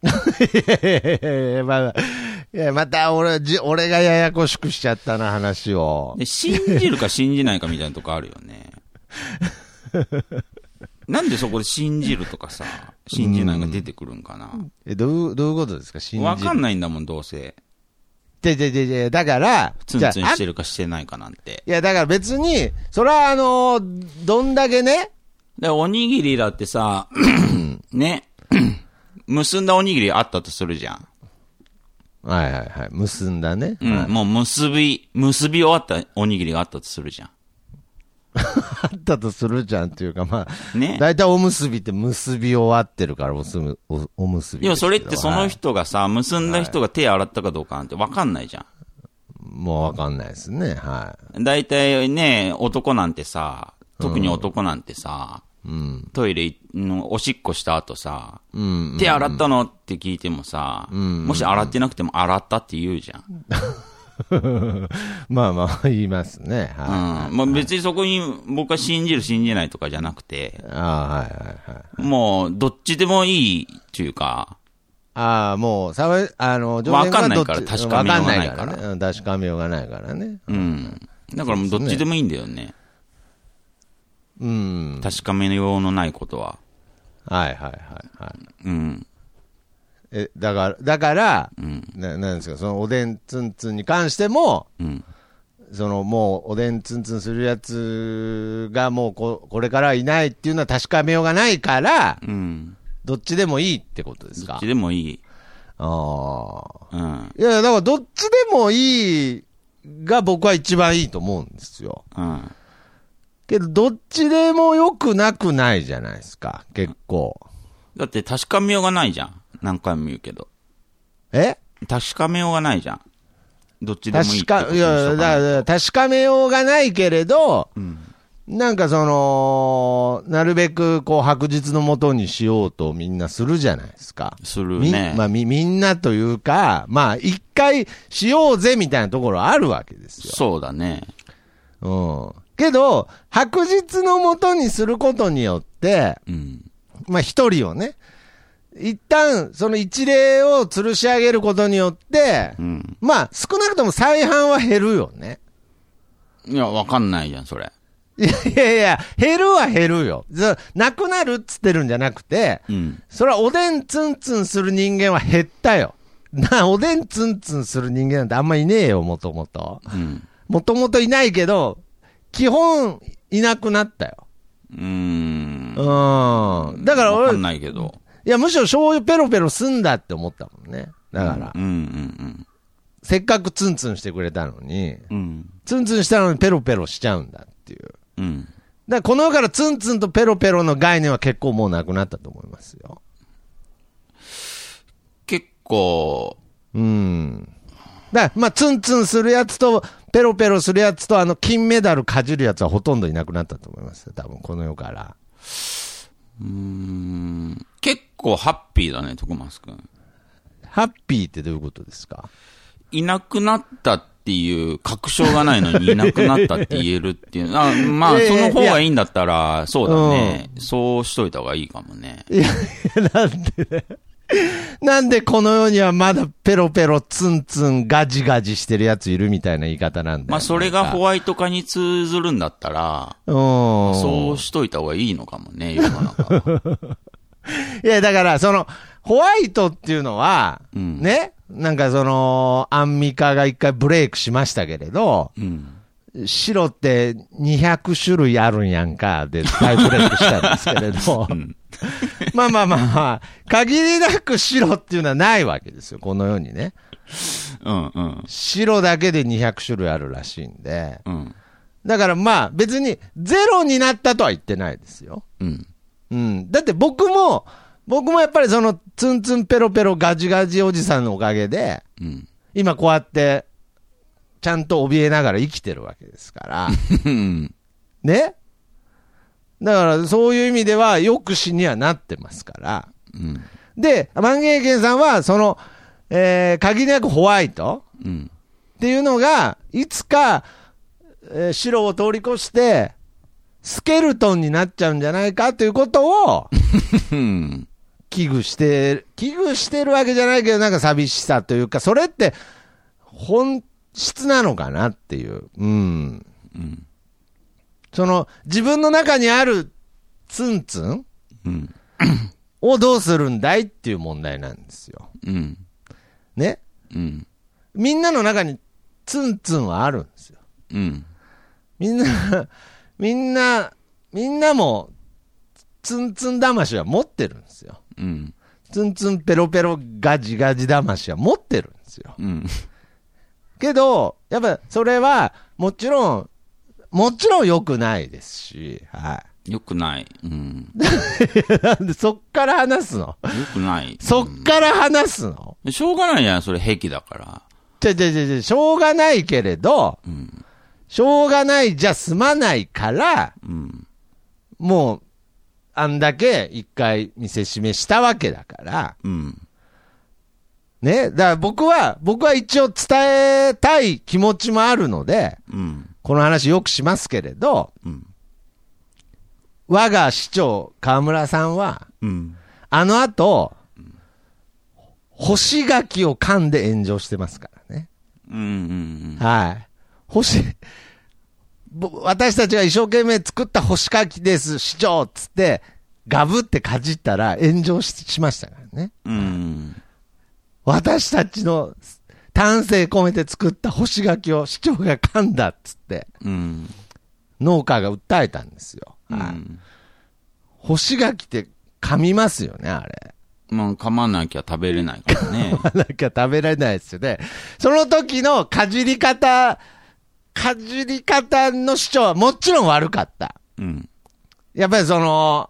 Speaker 1: い。い や、まあ、いやまた俺、じ、俺がややこしくしちゃったな、話を。
Speaker 2: で、信じるか信じないかみたいなとこあるよ ね。なんでそこで信じるとかさ、信じないが出てくるんかな。
Speaker 1: え、どう、どういうことですか信じ
Speaker 2: わかん
Speaker 1: ない。
Speaker 2: ないんだもん、どうせ。
Speaker 1: で、で、で、で、だから、
Speaker 2: ツンツン
Speaker 1: じゃあ
Speaker 2: してるかしてないかなんて。
Speaker 1: いや、だから別に、それはあのーどんだけね、
Speaker 2: で、おにぎりだっ てさ、ね、結んだおにぎりあったとするじゃん。
Speaker 1: はいはいはい、結んだね。
Speaker 2: うん、
Speaker 1: はい
Speaker 2: もう結び、結び終わったおにぎりがあったとするじゃ
Speaker 1: あったとするじゃんっていうか、まあ、
Speaker 2: ん。ね。
Speaker 1: 大体おむすびって結び終わってるから、おすむおおむすび
Speaker 2: でも
Speaker 1: すけ
Speaker 2: そ
Speaker 1: ど
Speaker 2: れってそ
Speaker 1: は
Speaker 2: の
Speaker 1: い
Speaker 2: 人がさ、結んだ人が手洗ったかどうかなんてわかんないじゃ
Speaker 1: もうわかんないですね、は
Speaker 2: ん。大体ね、男なんてさ、特に男なんてさ、
Speaker 1: い。うん。
Speaker 2: トイレのおしっこした後さ、
Speaker 1: うん。
Speaker 2: 手洗ったのって聞いてもさ、もし洗ってなくても洗ったって言うじゃん。
Speaker 1: まあまあ、言いますね、は
Speaker 2: うん。まあ別にそこに僕は信じる信じないとかじゃなくて
Speaker 1: い。、ああ、はいはいはい。
Speaker 2: もうどっちでもいいっていうか、
Speaker 1: ああ、もう、さわ、あの、上辺
Speaker 2: わかんないから
Speaker 1: どっち
Speaker 2: 確かめようがないか
Speaker 1: わ
Speaker 2: ら
Speaker 1: んねうん確かめようがないからね。
Speaker 2: うん。だからもうどっちでもいいんだよね。
Speaker 1: うん。
Speaker 2: 確かめようのないことは。
Speaker 1: はいはいはいはい。
Speaker 2: うん。
Speaker 1: え、だから、だから、
Speaker 2: うん。
Speaker 1: ななんですか、そのおでんツンツンに関しても、
Speaker 2: うん。
Speaker 1: そのもうおでんツンツンするやつがもうここれからはいないっていうのは確かめようがないから、
Speaker 2: うん。
Speaker 1: どっちでもいいってことです
Speaker 2: どっ
Speaker 1: か
Speaker 2: ち。でもいい。
Speaker 1: ああ。
Speaker 2: うん。
Speaker 1: いや、だからどっちでもいいが僕は一番いいと思うんですよ。
Speaker 2: うん。
Speaker 1: けど、どっちでも良くなくないじゃないですか、結構。
Speaker 2: だって確かめようがないじゃん。何回も言うけど。
Speaker 1: え
Speaker 2: 確かめようがないじゃん。どっちでもいいって
Speaker 1: 確か、
Speaker 2: ことに
Speaker 1: い
Speaker 2: しとかな
Speaker 1: や、だから確かめようがないけれど、
Speaker 2: うん。
Speaker 1: なんかその、なるべくこう白日のもとにしようとみんなするじゃないですか。
Speaker 2: する
Speaker 1: み
Speaker 2: ね。
Speaker 1: まあ、みみんなというか、まあ、一回しようぜみたいなところあるわけですよ。
Speaker 2: そうだね。
Speaker 1: うん。けど、白日のもとにすることによって、
Speaker 2: うん。
Speaker 1: まあ、一人をね、一旦、その一例を吊るし上げることによって、
Speaker 2: うん。
Speaker 1: まあ、少なくとも再犯は減るよね。
Speaker 2: いや、わかんないじゃん、それ。
Speaker 1: いやいやいや、減るは減るよ。ずなくなるっつってるんじゃなくて、
Speaker 2: うん。
Speaker 1: それはおでんツンツンする人間は減ったよ。な、おでんツンツンする人間なんてあんまいねえよ、もともと。
Speaker 2: うん。
Speaker 1: もともといないけど、基本いなくなったよ。
Speaker 2: うーん。ん。
Speaker 1: うん。だから
Speaker 2: わか
Speaker 1: 俺、
Speaker 2: ん
Speaker 1: い
Speaker 2: ないけど。
Speaker 1: や、むしろ醤油ペロペロすんだって思ったもんね。だから、
Speaker 2: うんうん
Speaker 1: せっかくツンツンしてくれたのに、
Speaker 2: うん。うん。
Speaker 1: ツンツンしたのにペロペロしちゃうんだっていう。
Speaker 2: うん。
Speaker 1: だからこの世からツンツンとペロペロの概念は結構もうなくなったと思いますよ。
Speaker 2: 結構、
Speaker 1: うん。だから、まあ、ツンツンするやつと、ペロペロするやつと、あの、金メダルかじるやつはほとんどいなくなったと思いますよ。多分、この世から。
Speaker 2: うん、結構ハッピーだね、徳松くん。
Speaker 1: ハッピーってどういうことですか
Speaker 2: いなくなったっていう、確証がないのにいなくなったって言えるっ ていう。あまあ、
Speaker 1: いやい
Speaker 2: そ
Speaker 1: や
Speaker 2: の方がいいんだったら、そうだね。そうしといた方がいいかもね。
Speaker 1: いや、 なんでね。なんでこの世にはまだペロペロツンツンガジガジしてるやついるみたいな言い方なんだよ、
Speaker 2: まあ、それがホ
Speaker 1: ワ
Speaker 2: ワイト化に通ずるんだったら、
Speaker 1: うん。
Speaker 2: そうしといた方がいいのかもね、世の中は。
Speaker 1: いや、だから、その、ホワイトっていうのは、
Speaker 2: うん
Speaker 1: ね、なんかその、アンミカが一回ブレイクしましたけれど、
Speaker 2: うん。
Speaker 1: 白って200種類あるんやんか、で大ブレイクしたんですけれど、 まあまあまあまあ、限りなく白っていうのはないわけですよ、この世にね。
Speaker 2: うんうん。
Speaker 1: 白だけで200種類あるらしいんで、
Speaker 2: うん。
Speaker 1: だからまあ別にゼロになったとは言ってないですよ。
Speaker 2: うん。
Speaker 1: うん。だって僕も、僕もやっぱりそのツンツンペロペロガジガジおじさんのおかげで、
Speaker 2: うん。
Speaker 1: 今こうやって、ちゃんと怯えながら生きてるわけですから、
Speaker 2: うん。
Speaker 1: ねだからそういう意味では抑止にはなってますから。
Speaker 2: うん。
Speaker 1: で、万元健さんはその、えー、限りなくホワイト
Speaker 2: うん。
Speaker 1: っていうのが、いつか、えー白を通り越して、スケルトンになっちゃうんじゃないかということを、
Speaker 2: うん。
Speaker 1: 危惧して、危惧してるわけじゃないけど、なんか寂しさというか、それって、本質なのかなっていう。うん。
Speaker 2: うん。
Speaker 1: その、自分の中にあるツンツン
Speaker 2: うん。
Speaker 1: をどうするんだいっていう問題なんですよ。
Speaker 2: うん。
Speaker 1: ね。
Speaker 2: うん。
Speaker 1: みんなの中にツンツンはあるんですよ。
Speaker 2: うん。
Speaker 1: みんな、 みんな、みんなも、ツンツン魂は持ってるんですよ。
Speaker 2: うん。
Speaker 1: ツンツンペロペロガジガジ魂は持ってるんですよ。
Speaker 2: うん。
Speaker 1: けど、やっぱそれは、もちろん、もちろん良くないですし、は
Speaker 2: よくない。うん。
Speaker 1: い。 なんでそっから話すの
Speaker 2: よく ない。
Speaker 1: そっから話すの
Speaker 2: しょうがないじゃん、それ、癖だから。
Speaker 1: ちょちょちょちょ、しょうがないけれど、
Speaker 2: うん。
Speaker 1: しょうがないじゃ済まないから、
Speaker 2: うん。
Speaker 1: もう、あんだけ一回見せしめしたわけだから、
Speaker 2: うん。
Speaker 1: ね、だから僕は、僕は一応伝えたい気持ちもあるので、
Speaker 2: うん。
Speaker 1: この話よくしますけれど、
Speaker 2: うん。
Speaker 1: 我が市長、河村さんは、
Speaker 2: うん。
Speaker 1: あの後、干し柿を噛んで炎上してますからね。
Speaker 2: うん。うん。
Speaker 1: はい。干し、ぼ私たちが一生懸命作った干し柿です、市長っつって、ガブってかじったら炎上ししましたからね。
Speaker 2: うん。
Speaker 1: 私たちの丹精込めて作った干し柿を市長が噛んだっつって、
Speaker 2: うん。
Speaker 1: 農家が訴えたんですよ。
Speaker 2: う
Speaker 1: はい
Speaker 2: ん。
Speaker 1: 干し柿って噛みますよね、あれ。
Speaker 2: まあ、噛まなきゃ食べれないからね。
Speaker 1: なきゃ食べられないですよね。その時のかじり方、かじり方の主張はもちろん悪かった。
Speaker 2: うん。
Speaker 1: やっぱりその、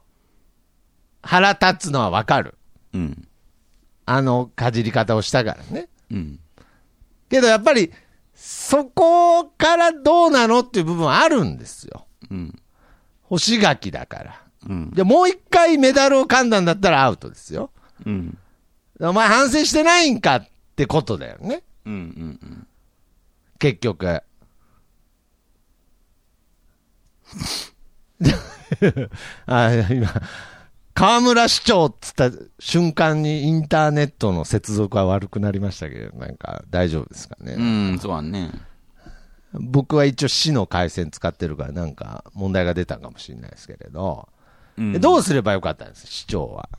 Speaker 1: 腹立つのはわかる。
Speaker 2: うん。
Speaker 1: あのかじり方をしたからね。
Speaker 2: うん。
Speaker 1: けどやっぱり、そこからどうなのっていう部分はあるんですよ。
Speaker 2: うん。
Speaker 1: 干し柿だから。
Speaker 2: うん。
Speaker 1: で、もう一回メダルを噛んだんだったらアウトですよ。
Speaker 2: うん。
Speaker 1: お前反省してないんかってことだよね。
Speaker 2: うん。うん。
Speaker 1: 結局。 あ今、河村市長っつった瞬間にインターネットの接続は悪くなりましたけど、なんか大丈夫ですか
Speaker 2: う
Speaker 1: ね。
Speaker 2: ん。うん。そうだね。
Speaker 1: 僕は一応市の回線使ってるから、なんか問題が出たかもしれないですけれど、
Speaker 2: うん。
Speaker 1: どうすればよかったんです、市長は。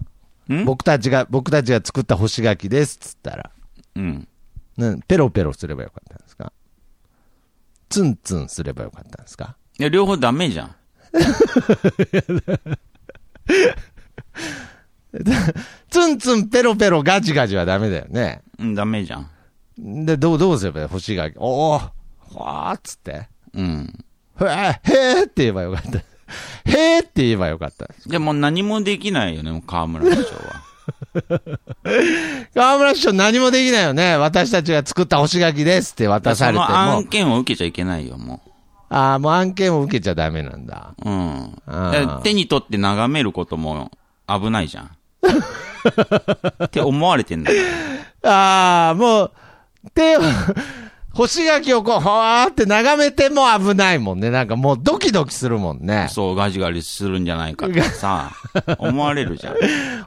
Speaker 2: ん
Speaker 1: 僕たちが、僕たちが作った干し柿ですっつったら、
Speaker 2: うん。
Speaker 1: なペロペロすればよかったんですかツンツンすればよかったんですか
Speaker 2: いや、両方ダメじゃん。
Speaker 1: ツンツンペロペロガジガジはダメだよね。
Speaker 2: うん、ダメじゃん。
Speaker 1: で、どう、どうすればいい星が、おおわーっつって。
Speaker 2: うん。
Speaker 1: へーへーって言えばよかった。へーって言えばよかった。
Speaker 2: でもう何もできないよね、もう河村市長は。
Speaker 1: 河村市長何もできないよね。私たちが作った干し柿ですって渡され
Speaker 2: そ
Speaker 1: ても。
Speaker 2: の
Speaker 1: あ
Speaker 2: 案件を受けちゃいけないよ、も
Speaker 1: あー、もう案件を受けちゃダメなんだ。
Speaker 2: う。うん。
Speaker 1: あー
Speaker 2: だから手に取って眺めることも危ない じゃん。って思われてんだから
Speaker 1: ああ、もう、手を、 干し柿をこう、ほわーって眺めても危ないもんね。なんかもうドキドキするもんね。
Speaker 2: そう、ガジガジするんじゃないかっ てさ、思われるじゃん。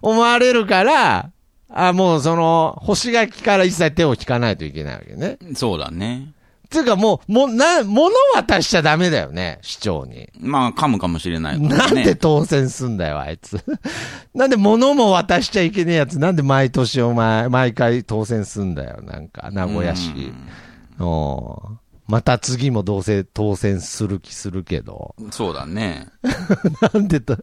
Speaker 1: 思われるから、あもうその、干し柿から一切手を引かないといけないわけね。
Speaker 2: そうだね。
Speaker 1: つうかもう、もう、な、物渡しちゃダメだよね、市長に。
Speaker 2: まあ、噛むかもしれないから
Speaker 1: なん
Speaker 2: ね。
Speaker 1: で当選すんだよ、あいつ。 なんで物も渡しちゃいけねえやつ、なんで毎年お前、毎回当選すんだよ、なんか、名古屋市。おうまた次もどうせ当選する気するけど。
Speaker 2: そうだね。
Speaker 1: なんでと、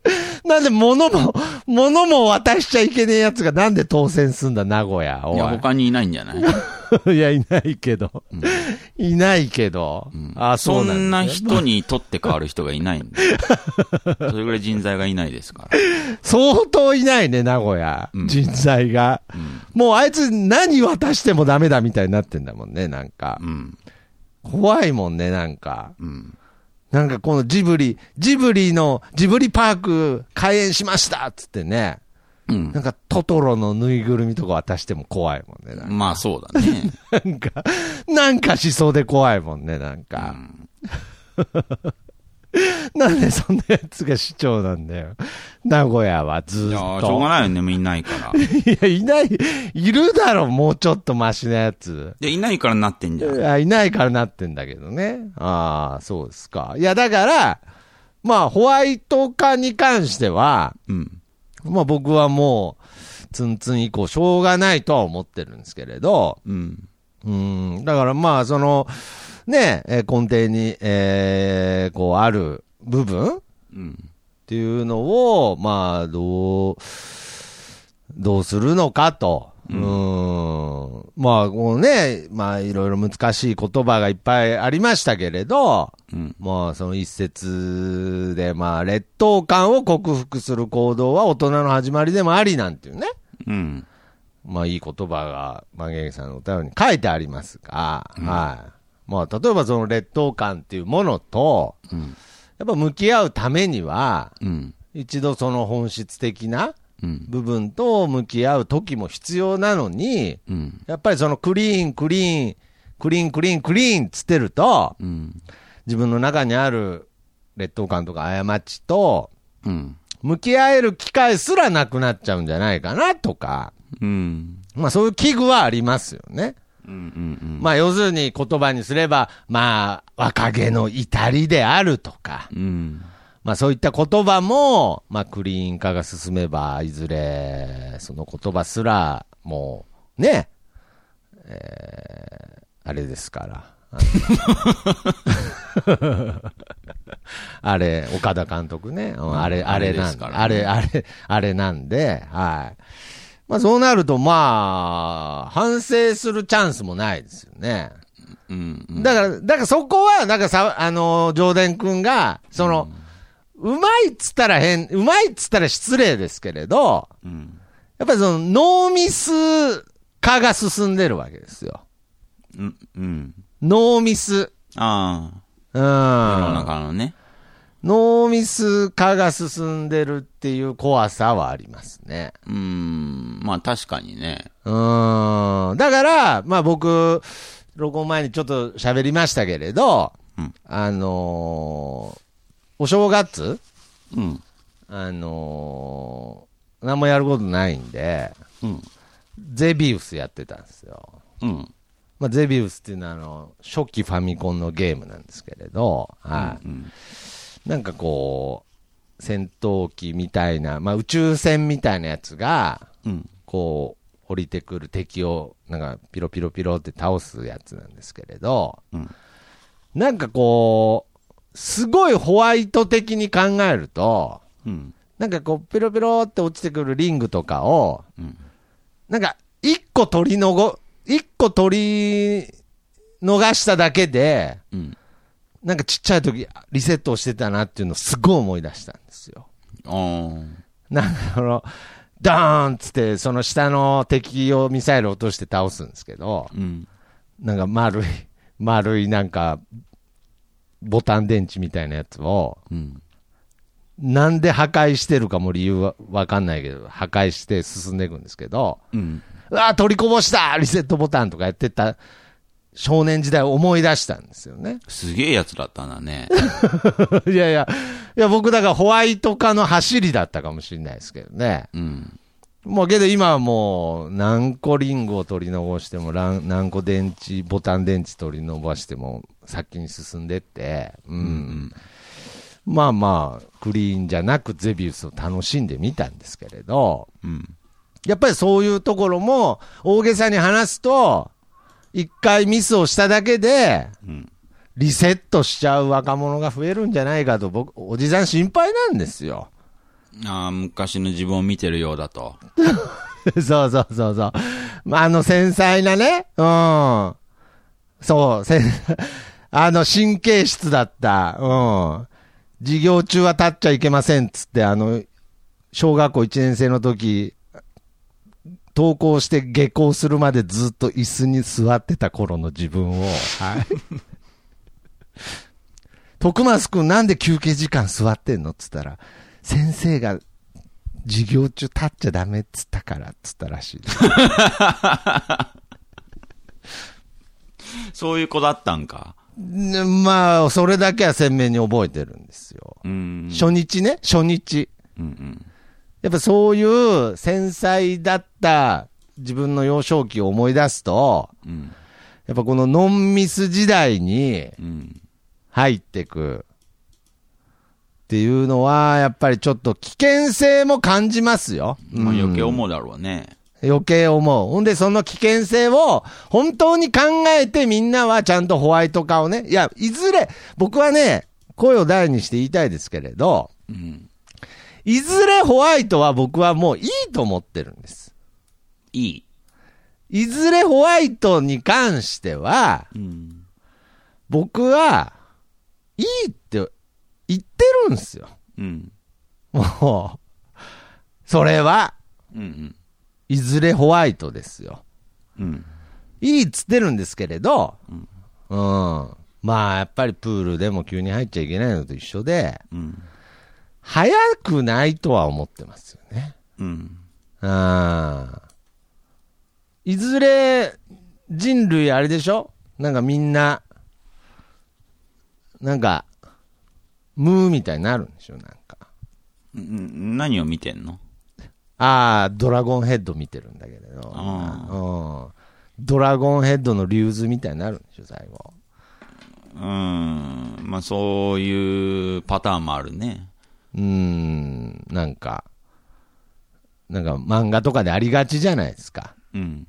Speaker 1: なんで物も、物も渡しちゃいけねえやつがなんで当選すんだ、名古屋。お
Speaker 2: い
Speaker 1: い
Speaker 2: や、他にいないんじゃない
Speaker 1: いや、いないけど。いないけど。あ、そう
Speaker 2: そ
Speaker 1: んな
Speaker 2: なん
Speaker 1: ですね
Speaker 2: 人に取って変わる人がいない んで。それぐらい人材がいないですから。
Speaker 1: 相当いないね、名古屋。
Speaker 2: うん
Speaker 1: 人材が。
Speaker 2: うん
Speaker 1: もうあいつ何渡してもダメだみたいになってんだもんね、なんか
Speaker 2: う。ん。
Speaker 1: 怖いもんね、なんか。
Speaker 2: うん。
Speaker 1: なんかこのジブリ、ジブリの、ジブリパーク開園しましたっつってね。
Speaker 2: うん
Speaker 1: なんかトトロのぬいぐるみとか渡しても怖いもんね、なんか。
Speaker 2: まあ、そう だね。
Speaker 1: なんか、なんかしそうで怖いもんね、なん
Speaker 2: う
Speaker 1: か。
Speaker 2: ん
Speaker 1: なんでそんなやつが市長なんだよ。名古屋はず
Speaker 2: い
Speaker 1: っ
Speaker 2: や、し
Speaker 1: と。
Speaker 2: ょうがないよね、もういないから。
Speaker 1: いや、いない、いるだろ、もうちょっとマシなやつ。
Speaker 2: で、いないからなってん
Speaker 1: い
Speaker 2: じゃん。
Speaker 1: やいないからなってんだけどね。ああ、そうですか。いや、だから、まあ、ホワイト化に関しては、
Speaker 2: うん。
Speaker 1: まあ僕はもう、ツンツン以降、しょうがないとは思ってるんですけれど、
Speaker 2: うん。
Speaker 1: うん、だからまあ、その、ね、えー根底に、えーこう、ある部分っ
Speaker 2: うん。
Speaker 1: ていうのを、まあ、どう、どうするのかと。うん、まあ、こうね、まあ、いろいろ難しい言葉がいっぱいありましたけれど、
Speaker 2: うん。
Speaker 1: まあ、その一節で、まあ、劣等感を克服する行動は大人の始まりでもありなんていうね。
Speaker 2: うん。
Speaker 1: まあ、いい言葉が、万元さんのお便りに書いてありますが、はい。まあ、例えばその劣等感っていうものと、
Speaker 2: うん。
Speaker 1: やっぱ向き合うためには、
Speaker 2: うん。
Speaker 1: 一度その本質的な
Speaker 2: うん。
Speaker 1: 部分と向き合う時も必要なのに、
Speaker 2: うん。
Speaker 1: やっぱりそのクリーン、クリーン、クリーン、クリーン、クリーンっつってると、
Speaker 2: うん。
Speaker 1: 自分の中にある劣等感とか過ちと、
Speaker 2: うん。
Speaker 1: 向き合える機会すらなくなっちゃうんじゃないかなとか、
Speaker 2: うん。
Speaker 1: まあそういう危惧はありますよね。
Speaker 2: うん。
Speaker 1: まあ要するに言葉にすれば、まあ若気の至りであるとか、
Speaker 2: うん。
Speaker 1: まあそういった言葉も、まあクリーン化が進めば、いずれその言葉すら、もうね、えーあれですから。 あれ、岡田監督ね。うんあれ、あれ
Speaker 2: あれ
Speaker 1: な
Speaker 2: で
Speaker 1: ん
Speaker 2: す
Speaker 1: で、
Speaker 2: からね
Speaker 1: あれ、あれ、あれなんで、はい。まあそうなると、まあ、反省するチャンスもないですよね。
Speaker 2: うん。
Speaker 1: だから、だからそこは、なんかさ、あのー、上田くんが、その、うまいっつったら変、うまいっつったら失礼ですけれど、
Speaker 2: うん。
Speaker 1: やっぱりその、ノーミス化が進んでるわけですよ。
Speaker 2: うん。うん。
Speaker 1: ノーミス。
Speaker 2: あ
Speaker 1: うん。
Speaker 2: あ。世の
Speaker 1: ノ
Speaker 2: 中のね。
Speaker 1: ーミス化が進んでるっていう怖さはありますね。
Speaker 2: うーん。まあ確かにね。
Speaker 1: うーん。だから、まあ僕、録音前にちょっと喋りましたけれど、
Speaker 2: うん
Speaker 1: あのーお正月
Speaker 2: うん。
Speaker 1: あのー何もやることないんで、
Speaker 2: うん。
Speaker 1: ゼビウスやってたんですよ。
Speaker 2: うん。
Speaker 1: まあ、ゼビウスっていうのはあの、初期ファミコンのゲームなんですけれど、はい。
Speaker 2: うん。
Speaker 1: なんかこう、戦闘機みたいな、まあ、宇宙船みたいなやつが、
Speaker 2: うん。
Speaker 1: こう、降りてくる敵を、なんか、ピロピロピロって倒すやつなんですけれど、
Speaker 2: うん。
Speaker 1: なんかこう、すごいホワイト的に考えると、
Speaker 2: うん。
Speaker 1: なんかこう、ペロペロって落ちてくるリングとかを、
Speaker 2: うん
Speaker 1: なんか、一個取りのご、一個取り逃しただけで、
Speaker 2: うん。
Speaker 1: なんかちっちゃい時、リセットをしてたなっていうのをすごい思い出したんですよ。
Speaker 2: あー
Speaker 1: なんかその、ダーンっつって、その下の敵をミサイル落として倒すんですけど、
Speaker 2: うん。
Speaker 1: なんか丸い、丸いなんか、ボタン電池みたいなやつを、
Speaker 2: うん。
Speaker 1: なんで破壊してるかも理由はわかんないけど、破壊して進んでいくんですけど、
Speaker 2: うん。
Speaker 1: うわー取りこぼしたリセットボタンとかやってた少年時代を思い出したんですよね。
Speaker 2: すげえやつだったんだね。
Speaker 1: いやいや、いや僕だからホワイト化の走りだったかもしれないですけどね。
Speaker 2: うん。
Speaker 1: もうけど今はもう何個リングを取り残してもラン何個電池、ボタン電池取り伸ばしても先に進んでって、うん。まあまあ、クリーンじゃなくゼビウスを楽しんでみたんですけれど、
Speaker 2: うん。
Speaker 1: やっぱりそういうところも大げさに話すと、一回ミスをしただけで、
Speaker 2: うん。
Speaker 1: リセットしちゃう若者が増えるんじゃないかと僕、おじさん心配なんですよ。
Speaker 2: ああ、昔の自分を見てるようだと。
Speaker 1: そうそうそうそう。まあ、あの繊細なね、うん。そう、繊 あの神経質だった、うん。授業中は立っちゃいけませんっつって、あの、小学校1年生の時、登校して下校するまでずっと椅子に座ってた頃の自分を、はい。徳松くんなんで休憩時間座ってんのっつったら、先生が授業中立っちゃダメっつったからっつったらしいです。
Speaker 2: そういう子だったんか。
Speaker 1: ねまあ、それだけは鮮明に覚えてるんですよ。
Speaker 2: うん。
Speaker 1: 初日ね、初日。
Speaker 2: うんうん。
Speaker 1: やっぱそういう繊細だった自分の幼少期を思い出すと、
Speaker 2: うん。
Speaker 1: やっぱこのノンミス時代に
Speaker 2: うん。
Speaker 1: 入ってくっていうのは、やっぱりちょっと危険性も感じますよ。
Speaker 2: まあ余計思うだろうね。
Speaker 1: 余計思う。ほんで、その危険性を本当に考えてみんなはちゃんとホワイト化をね。いや、いずれ、僕はね、声を大にして言いたいですけれど、
Speaker 2: うん。
Speaker 1: いずれホワイトは僕はもういいと思ってるんです。
Speaker 2: いい。
Speaker 1: いずれホワイトに関しては、
Speaker 2: うん。
Speaker 1: 僕は、いいって言ってるんですよ。
Speaker 2: うん。
Speaker 1: もう、それは、
Speaker 2: うん。
Speaker 1: いずれホワイトですよ。
Speaker 2: うん。
Speaker 1: いいっつってるんですけれど、う
Speaker 2: うんん。
Speaker 1: まあ、やっぱりプールでも急に入っちゃいけないのと一緒で、
Speaker 2: うん。
Speaker 1: 早くないとは思ってますよね。
Speaker 2: うん。
Speaker 1: うん。いずれ、人類あれでしょなんかみんな、なんか、ムーみたいになるんでしょなんか。
Speaker 2: うん何を見てんの
Speaker 1: ああ、ドラゴンヘッド見てるんだけれど。うん。ドラゴンヘッドの竜図みたいになるんでしょ最後。
Speaker 2: うーん。まあ、そういうパターンもあるね。
Speaker 1: うーん、なんか、なんか漫画とかでありがちじゃないですか。
Speaker 2: うん。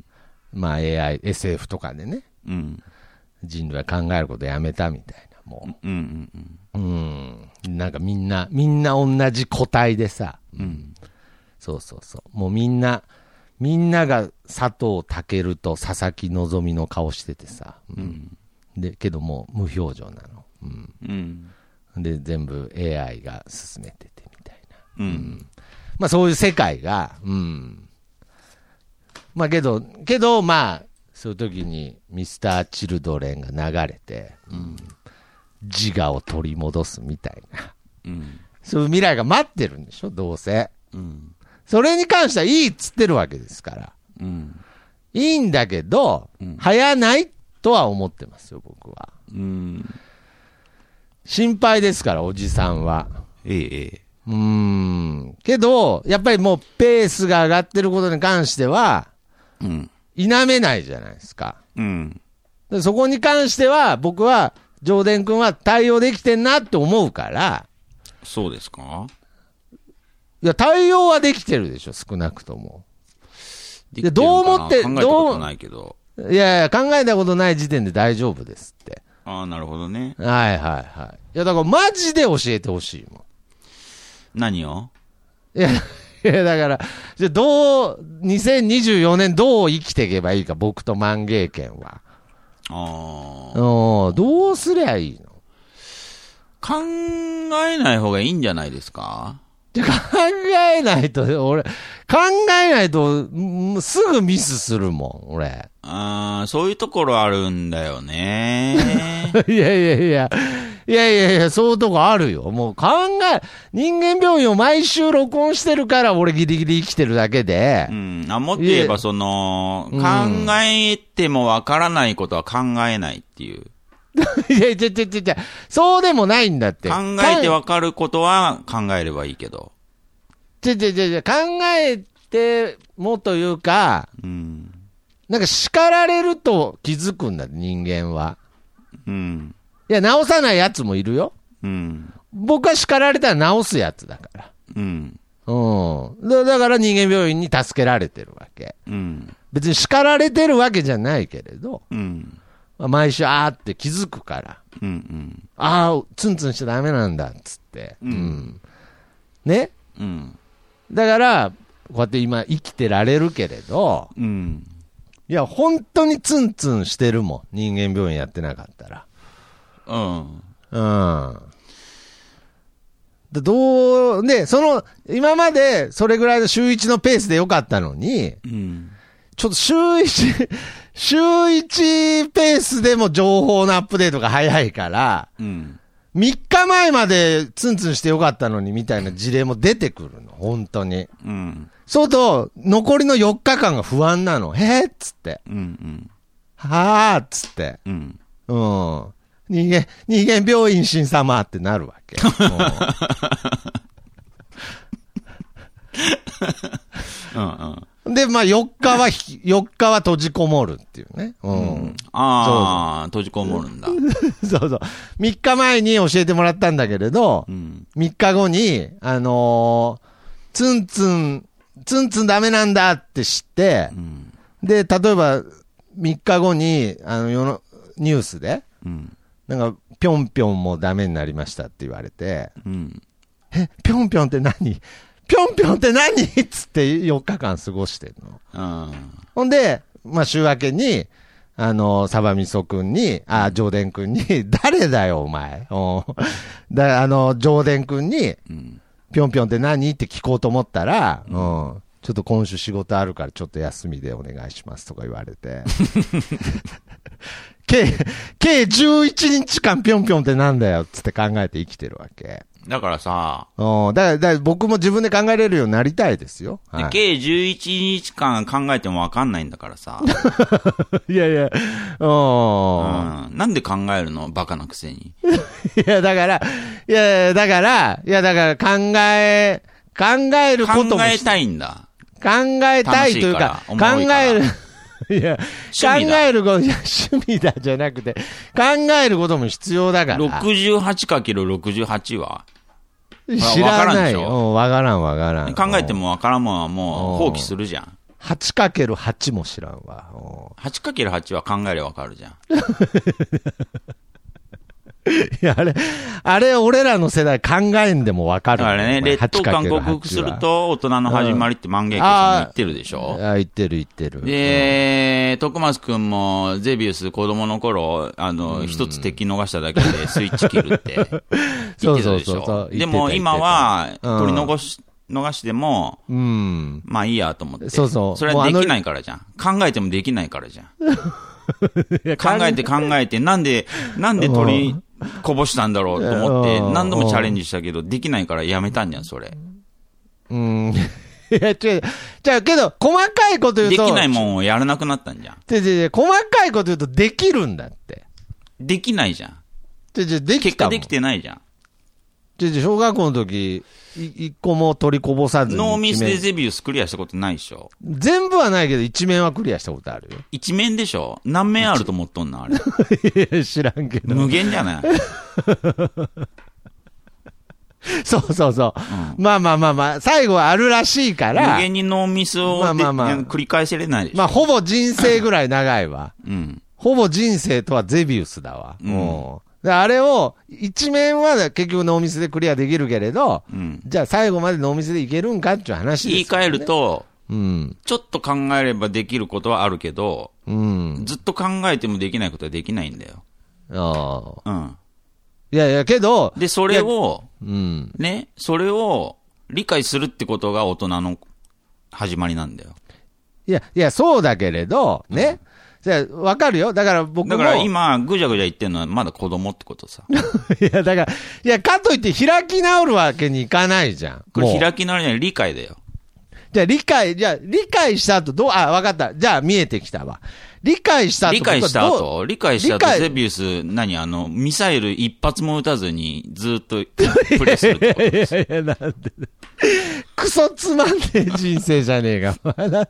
Speaker 1: まあ AI、SF とかでね、
Speaker 2: うん。
Speaker 1: 人類は考えることやめたみたいな、も
Speaker 2: うん。
Speaker 1: う。
Speaker 2: うん。
Speaker 1: うーん、なんかみんな、みんな同じ個体でさ、
Speaker 2: うん。
Speaker 1: そうそうそう。もうみんな、みんなが佐藤健と佐々木希の顔しててさ、う、
Speaker 2: うんん。
Speaker 1: で、けどもう無表情なの。うん。
Speaker 2: うん。
Speaker 1: で、全部 AI が進めててみたいな。
Speaker 2: うん。
Speaker 1: まあそういう世界が、うん。まあけど、けどまあ、そういう時にミスター・チルドレンが流れて、うん、自我を取り戻すみたいな。
Speaker 2: うん。
Speaker 1: そういう未来が待ってるんでしょどうせ。
Speaker 2: うん。
Speaker 1: それに関してはいいっつってるわけですから。
Speaker 2: うん。
Speaker 1: いいんだけど、
Speaker 2: うん
Speaker 1: 早ないとは思ってますよ、僕は。
Speaker 2: うん。
Speaker 1: 心配ですから、おじさんは。
Speaker 2: ええ、ええ。
Speaker 1: うーん。けど、やっぱりもうペースが上がってることに関しては、
Speaker 2: うん。
Speaker 1: 否めないじゃないですか。
Speaker 2: うん。
Speaker 1: でそこに関しては、僕は、ジョーデン君は対応できてんなって思うから、
Speaker 2: そうですか
Speaker 1: いや、対応はできてるでしょ、少なくとも。
Speaker 2: できるのかな
Speaker 1: どう思って
Speaker 2: 考えたこ
Speaker 1: どう
Speaker 2: とないけど。
Speaker 1: いやいや、考えたことない時点で大丈夫ですって。
Speaker 2: ああ、なるほどね。
Speaker 1: はいはいはい。いや、だからマジで教えてほしいもん。
Speaker 2: 何を
Speaker 1: いや、いやだから、じゃあどう、2024年どう生きていけばいいか、僕と万芸圏は。
Speaker 2: ああ。
Speaker 1: うん、どうすりゃいいの
Speaker 2: 考えない方がいいんじゃないですか
Speaker 1: で考えないと、俺、考えないと、んすぐミスするもん、俺。
Speaker 2: あーそういうところあるんだよね。
Speaker 1: いやいやいや、いやいやいや、そういうとこあるよ。もう考え、人間病院を毎週録音してるから、俺ギリギリ生きてるだけで
Speaker 2: う。ん。あ、もっと言えば、その、
Speaker 1: うん
Speaker 2: 考えてもわからないことは考えないっていう。
Speaker 1: いや、ちゃちゃちゃちゃ、そうでもないんだって。
Speaker 2: 考えてわかることは考えればいいけど。
Speaker 1: ちゃちゃちゃちゃ、考えてもというか、
Speaker 2: うん。
Speaker 1: なんか叱られると気づくんだ、人間は。
Speaker 2: うん。
Speaker 1: いや、直さないやつもいるよ。
Speaker 2: うん。
Speaker 1: 僕は叱られたら直すやつだから。
Speaker 2: うん。
Speaker 1: うん。だだから人間病院に助けられてるわけ。
Speaker 2: うん。
Speaker 1: 別に叱られてるわけじゃないけれど、
Speaker 2: うん。
Speaker 1: まあ毎週あーって気づくから、
Speaker 2: うん。うん。
Speaker 1: ああ、ツンツンしちゃダメなんだ、っつって。
Speaker 2: うん
Speaker 1: ね
Speaker 2: うん。
Speaker 1: だから、こうやって今生きてられるけれど、
Speaker 2: うん。
Speaker 1: いや、本当にツンツンしてるもん。人間病院やってなかったら。
Speaker 2: うん。
Speaker 1: うん。でどう、ね、その、今までそれぐらいの週一のペースでよかったのに、
Speaker 2: うん。
Speaker 1: ちょっと週一、 週一ペースでも情報のアップデートが早いから、
Speaker 2: うん。
Speaker 1: 3日前までツンツンしてよかったのにみたいな事例も出てくるの、本当に。
Speaker 2: うん。
Speaker 1: そうすると、残りの4日間が不安なの。へーっつって。
Speaker 2: うん。
Speaker 1: はーっつって。
Speaker 2: うん。
Speaker 1: うん。人間、人間病院神様ってなるわけ。うん
Speaker 2: うん。
Speaker 1: で、まあ4日はひ、4日は閉じこもるっていうね。うん
Speaker 2: ああ、閉じこもるんだ。
Speaker 1: そうそう。3日前に教えてもらったんだけれど
Speaker 2: う、ん。
Speaker 1: 3日後に、あのーツンツン、ツンツンダメなんだって知って
Speaker 2: う、ん。
Speaker 1: で、例えば、3日後に、あの、世の、ニュースで、
Speaker 2: うん。
Speaker 1: なんか、ぴょんぴょんもダメになりましたって言われて、
Speaker 2: うん。
Speaker 1: え、ぴょんぴょんって何ぴょんぴょんって何っつって4日間過ごしてるの。
Speaker 2: うん。
Speaker 1: ほんで、まあ、週明けに、あの、サバミソくんに、あ、上田くんに、 誰だよ、お前。おうだあの、上田くんに、
Speaker 2: うん。
Speaker 1: ぴょんぴょんって何って聞こうと思ったら、うん、ちょっと今週仕事あるからちょっと休みでお願いしますとか言われて。計、計11日間ぴょんぴょんってなんだよっつって考えて生きてるわけ。
Speaker 2: だからさ、
Speaker 1: うん、だから、だから僕も自分で考えれるようになりたいですよ。
Speaker 2: で
Speaker 1: はい
Speaker 2: 計11日間考えてもわかんないんだからさ、
Speaker 1: いやいや、
Speaker 2: う
Speaker 1: うん。
Speaker 2: ん、なんで考えるのバカなくせに。
Speaker 1: いや、だから、いや、だから、いや、だから考え、考えることも
Speaker 2: 考えたいんだ。
Speaker 1: 考えたいというか、
Speaker 2: 楽しい
Speaker 1: 考
Speaker 2: からおもろいから
Speaker 1: える、 いや、考
Speaker 2: 趣味だ
Speaker 1: えること、いや趣味だじゃなくて、考えることも必要だから。
Speaker 2: 68×68 は
Speaker 1: 知らない
Speaker 2: わからんでし
Speaker 1: よ。う
Speaker 2: ょ
Speaker 1: んわからんわからん。
Speaker 2: 考えてもわからんもんはもう放棄するじゃん。
Speaker 1: 8×8 も知らんわ。う
Speaker 2: 8×8 は考えりゃわかるじゃん。
Speaker 1: んいや、あれ、あれ、俺らの世代考えんでもわか
Speaker 2: だ
Speaker 1: る。
Speaker 2: からね、
Speaker 1: お前
Speaker 2: 劣等感克服する。と大人の始まりって万華鏡さんも言ってるでし
Speaker 1: 8×8
Speaker 2: ょ
Speaker 1: はあ、言ってる言ってる。
Speaker 2: で、徳松くんも、ゼビウス子供の頃、あの、一、つ敵逃しただ けでスイッチ切るって言ってた
Speaker 1: そ
Speaker 2: で
Speaker 1: う
Speaker 2: し
Speaker 1: そ
Speaker 2: ょ。
Speaker 1: うそうそう言ってた
Speaker 2: でも今は、
Speaker 1: たうん
Speaker 2: 取り残し、逃しても、
Speaker 1: うん。
Speaker 2: まあいいやと思って。
Speaker 1: そうそう
Speaker 2: それ
Speaker 1: もう
Speaker 2: は
Speaker 1: あ
Speaker 2: で
Speaker 1: の
Speaker 2: きないからじゃん。考えてもできないか らじゃん。
Speaker 1: 考
Speaker 2: 考えて考えて、なんで、なんで取りこぼしたんだろうと思って
Speaker 1: う、ん
Speaker 2: 何度もチャレンジしたけど、できないからやめたんじゃん、それ。
Speaker 1: うん。 いや、違う。じゃあ、けど、細かいこと言う
Speaker 2: で
Speaker 1: と。
Speaker 2: きないもんをやらなくなったんじゃん。
Speaker 1: 違う違う違う細かいこと言うと、できるんだって。
Speaker 2: できないじゃん。
Speaker 1: 違う違うでき
Speaker 2: 結
Speaker 1: た
Speaker 2: 果
Speaker 1: もん
Speaker 2: できてないじゃん。
Speaker 1: 違う違う小学校の時、い一個も取りこぼさずに。
Speaker 2: ノーミスで
Speaker 1: 一面
Speaker 2: ゼビウスクリアしたことないでしょ。
Speaker 1: 全部はないけど、一面はクリアしたことあるよ。
Speaker 2: 一面でしょ何面あると思っと んのあれ。
Speaker 1: いや知らんけど。
Speaker 2: 無限じゃない
Speaker 1: そうそうそう。まあまあまあまあ、最後はあるらしい から
Speaker 2: 無、限にノーミスをで
Speaker 1: まあまあまあ
Speaker 2: 繰り返せれないでしょ
Speaker 1: まあ、ほぼ人生ぐらい長いわ。
Speaker 2: うん。
Speaker 1: ほぼ人生とはゼビウスだわ。
Speaker 2: うん
Speaker 1: もうであれを、一面は結局ノーミスでクリアできるけれど、
Speaker 2: うん。
Speaker 1: じゃあ最後までノーミスでいけるんかっていう話
Speaker 2: 言
Speaker 1: で
Speaker 2: い
Speaker 1: すよ
Speaker 2: 換
Speaker 1: ね、
Speaker 2: えると、
Speaker 1: うん。
Speaker 2: ちょっと考えればできることはあるけど、
Speaker 1: うん。
Speaker 2: ずっと考えてもできないことはできないんだよ。
Speaker 1: ああ。
Speaker 2: うん。
Speaker 1: いやいや、けど、
Speaker 2: で、それを、
Speaker 1: うん。
Speaker 2: ね、それを理解するってことが大人の始まりなんだよ。
Speaker 1: いや、いや、そうだけれど、ね。じゃあ、わかるよ。だから僕も。
Speaker 2: だから今、ぐじゃぐじゃ言ってるのはまだ子供ってことさ。
Speaker 1: いや、だから、いや、かといって開き直るわけにいかないじゃん。
Speaker 2: これ
Speaker 1: もう
Speaker 2: 開き直りない理解だよ。
Speaker 1: じゃあ理解、じゃあ理解した後どう、あ、わかった。じゃあ見えてきたわ。理解した後
Speaker 2: 理解した
Speaker 1: 僕はどう
Speaker 2: 後、理解した
Speaker 1: 理
Speaker 2: 後、
Speaker 1: 解
Speaker 2: ゼビウス、何あの、ミサイル一発も撃たずにずっと プレイするってことです
Speaker 1: いや、なんでクソつまんねえ人生じゃねえか。 お前な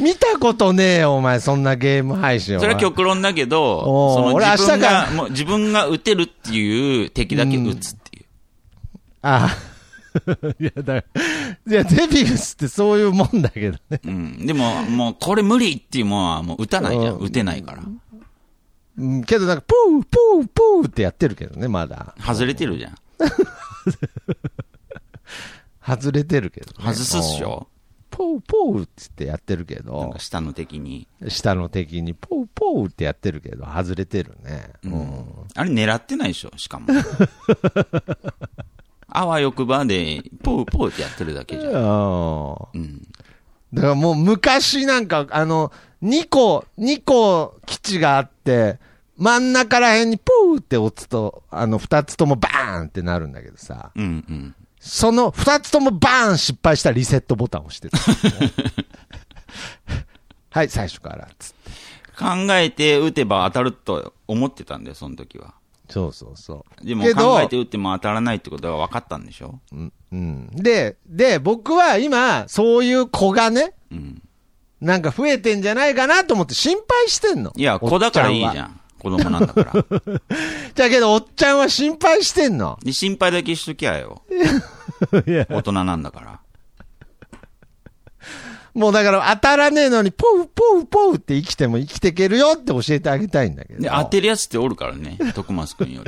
Speaker 1: 見たことねえよ、お前。そんなゲーム配 信。お
Speaker 2: そ
Speaker 1: 前
Speaker 2: れは極論だけど、
Speaker 1: おー
Speaker 2: その
Speaker 1: 俺明
Speaker 2: 自
Speaker 1: 日
Speaker 2: 分
Speaker 1: から
Speaker 2: が、もう自分が撃てるっていう敵だけ撃つっていう。
Speaker 1: あ あ。いや、だから、いや、デビウスってそういうもんだけどね。
Speaker 2: うん。でも、もうこれ無理っていうものはもう撃たないじゃん。
Speaker 1: うん
Speaker 2: 撃てないから。
Speaker 1: うん、けどなんか、プー、プー、プーってやってるけどね、まだ。
Speaker 2: 外れてるじゃん。
Speaker 1: 外れてるけど、ね。
Speaker 2: 外すっしょ
Speaker 1: ポーポーって言ってやってるけ
Speaker 2: なん
Speaker 1: ど
Speaker 2: か、下の敵に。
Speaker 1: 下の敵にポーポーってやってるけど、外れてるね。う
Speaker 2: うん
Speaker 1: ん。
Speaker 2: あれ狙ってないでしょ、し かも。あわよくばで、ポーポーってやってるだけじゃん。
Speaker 1: あー
Speaker 2: うん。
Speaker 1: だからもう昔なんか、あの、2個、2個基地があって、真ん中らへんにポーって落つと、あの、2つともバーンってなるんだけどさ、
Speaker 2: うんうん。
Speaker 1: その2つともバーン失敗したらリセットボタンを押して た、はい、最初から、つって。
Speaker 2: 考えて打てば当たると思ってたんだよ、その時は。
Speaker 1: そうそうそう。
Speaker 2: でも
Speaker 1: けど
Speaker 2: 考えて打っても当たらないってことが分かったんでしょ
Speaker 1: うんうん。で、で、僕は今、そういう子がね、
Speaker 2: うん。
Speaker 1: なんか増えてんじゃないかなと思って心配してんの。
Speaker 2: いや、子だからいいじ
Speaker 1: おっち
Speaker 2: ゃん。子供なん だから。
Speaker 1: ゃんは。だけど、おっちゃんは心配してんの。
Speaker 2: で、心配だけしときゃよ。大人なんだから。
Speaker 1: もうだから当たらねえのに、ポウポウポウって生きても生きてけるよって教えてあげたいんだけど。
Speaker 2: で、当てるやつっておるからね、徳松くんよ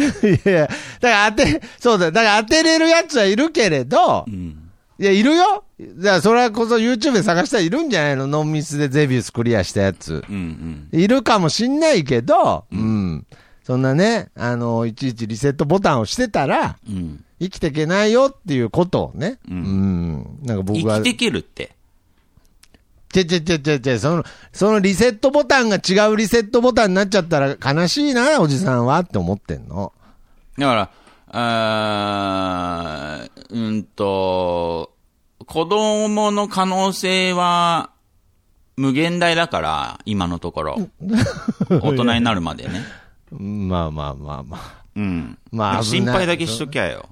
Speaker 1: いやいや、だから当て、そうだ、だから当てれるやつはいるけれど、
Speaker 2: うん。
Speaker 1: いや、いるよ。じゃあ、それはこそ YouTube で探したらいるんじゃないのノンミスでゼビウスクリアしたやつ。
Speaker 2: うんうん。
Speaker 1: いるかもしんないけど、うん。そんなね、あの、いちいちリセットボタンをしてたら、
Speaker 2: うん。
Speaker 1: 生きていけないよっていうことをね。う
Speaker 2: うんん。
Speaker 1: なんか僕は
Speaker 2: 生き、てけるって。
Speaker 1: ちょちょちょちょちょ、その、そのリセットボタンが違うリセットボタンになっちゃったら悲しいな、おじさんはって思ってんの。
Speaker 2: だから、あーうんと、子供の可能性は無限大だから、今のところ。 大人になるまでね。
Speaker 1: まあまあまあまあ。
Speaker 2: うん。
Speaker 1: まあ危ない
Speaker 2: 心配だけしときゃよ。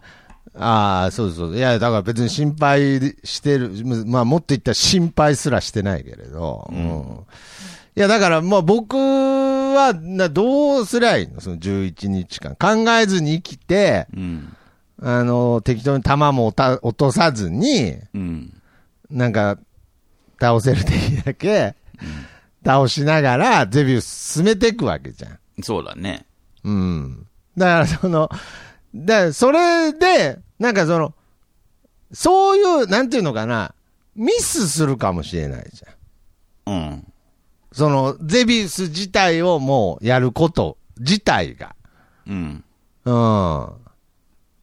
Speaker 1: ああ、そうそう。いや、だから別に心配してる、むまあもっと言ったら心配すらしてないけれど。うん。いや、だからもう僕はな、どうすりゃいいのその11日間。考えずに生きて、
Speaker 2: うん。
Speaker 1: あの、適当に弾も落た落とさずに、
Speaker 2: うん。
Speaker 1: なんか、倒せる敵だけ、倒しながら、ゼビウス進めていくわけじゃん。
Speaker 2: そうだね。
Speaker 1: うん。だからその、だからそれで、なんかその、そういう、なんていうのかな、ミスするかもしれないじゃん。
Speaker 2: うん。
Speaker 1: その、ゼビウス自体をもうやること自体が。
Speaker 2: うん。
Speaker 1: うん。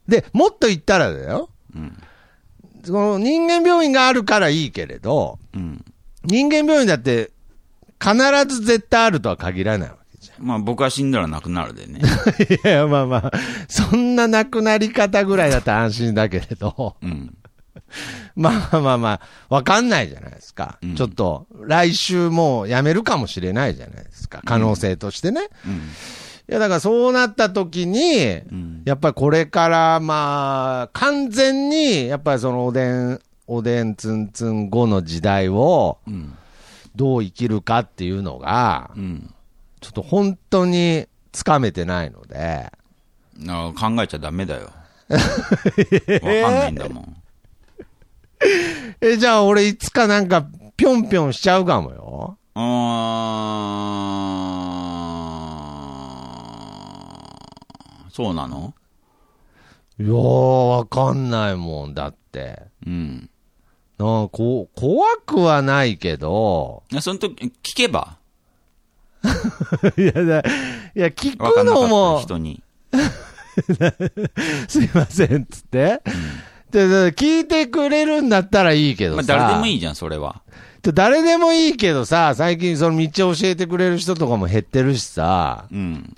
Speaker 1: で、もっと言ったらだよ。
Speaker 2: うん。
Speaker 1: その人間病院があるからいいけれど、
Speaker 2: うん。
Speaker 1: 人間病院だって、必ず絶対あるとは限らないわけじゃん。
Speaker 2: まあ僕は死んだらなくなるで ね。
Speaker 1: いや、まあまあ、そんな亡くなり方ぐらいだったら安心だけれど、
Speaker 2: うん。
Speaker 1: まあまあまあ、わかんないじゃないですか。
Speaker 2: うん
Speaker 1: ちょっと、来週もうやめるかもしれないじゃないですか。可能性としてね。い
Speaker 2: うん。
Speaker 1: や、だからそうなった時に、
Speaker 2: うん。
Speaker 1: やっぱりこれから、まあ、完全に、やっぱりそのおでん、おでんつんつん後の時代を
Speaker 2: うん。
Speaker 1: どう生きるかっていうのが
Speaker 2: う、ん。
Speaker 1: ちょっと本当につかめてないので、
Speaker 2: だから考えちゃダメだ よ。わかんないんだもん。
Speaker 1: え、じゃあ俺いつかなんか、ぴょんぴょんしちゃうかもよ。
Speaker 2: うーんそうなの
Speaker 1: いやー、わかんないもんだって。
Speaker 2: うん。
Speaker 1: なんかこう怖くはないけ ど、
Speaker 2: いやその時、聞けば。
Speaker 1: いや、だいや聞
Speaker 2: わか
Speaker 1: く
Speaker 2: んなか
Speaker 1: の
Speaker 2: った
Speaker 1: も、
Speaker 2: 人に。
Speaker 1: すいませんっつって、でで聞いてくれるんだったらいいけ
Speaker 2: ま
Speaker 1: ど
Speaker 2: あ、
Speaker 1: さ、
Speaker 2: 誰でもいいじゃん、それは。
Speaker 1: で誰でもいいけどさ、最近その道教えてくれる人とかも減ってるしさ、
Speaker 2: うん。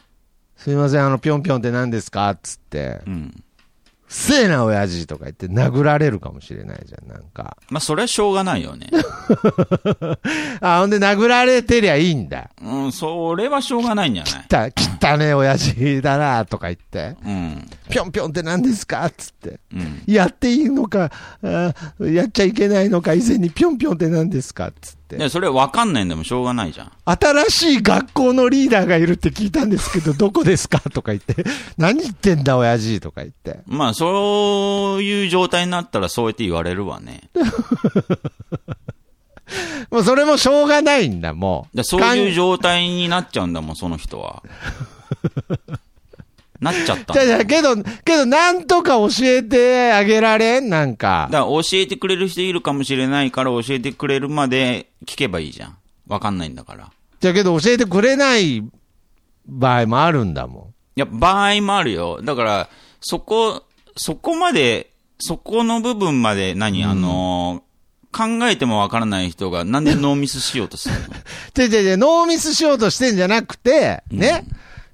Speaker 1: すいません、あの、ぴょんぴょんって何ですかっつって、う
Speaker 2: うん。
Speaker 1: せえな、親父とか言って殴られるかもしれないじゃん、なんか。
Speaker 2: まあ、それはしょうがないよね。
Speaker 1: あ、ほんで殴られてりゃいいんだ。
Speaker 2: うん、それはしょうがないんじゃない
Speaker 1: た、汚ねえ親父だな、とか言って、
Speaker 2: うん。
Speaker 1: ぴょんぴょんって何ですかっつって。
Speaker 2: うん。
Speaker 1: やっていいのか、あやっちゃいけないのか、以前にぴょんぴょんって何ですかっつって。
Speaker 2: で、それわかんないんでもしょうがないじゃん。
Speaker 1: 新しい学校のリーダーがいるって聞いたんですけど、 どこですかとか言って。何言ってんだ、親父とか言って。
Speaker 2: まあ、そういう状態になったらそうやって言われるわね。
Speaker 1: もうそれもしょうがないんだ、もう。
Speaker 2: でそうい
Speaker 1: う
Speaker 2: う状態になっちゃうんだもん、その 人は。なっちゃったん
Speaker 1: じ
Speaker 2: だ
Speaker 1: ゃ
Speaker 2: もん
Speaker 1: じゃけど、けど、なんとか教えてあげられんなんか。
Speaker 2: だから教えてくれる人いるかもしれないから教えてくれるまで聞けばいいじゃん。わかんないんだから。
Speaker 1: じゃけど、教えてくれない場合もあるんだも
Speaker 2: いや、場合もあるよ。だから、そこ、そこまで、そこの部分まで何、あのー、考えてもわからない人がなんでノーミスしよう とするの
Speaker 1: ん。じゃじゃじゃ、ノーミスしようとしてんじゃなくて、ね。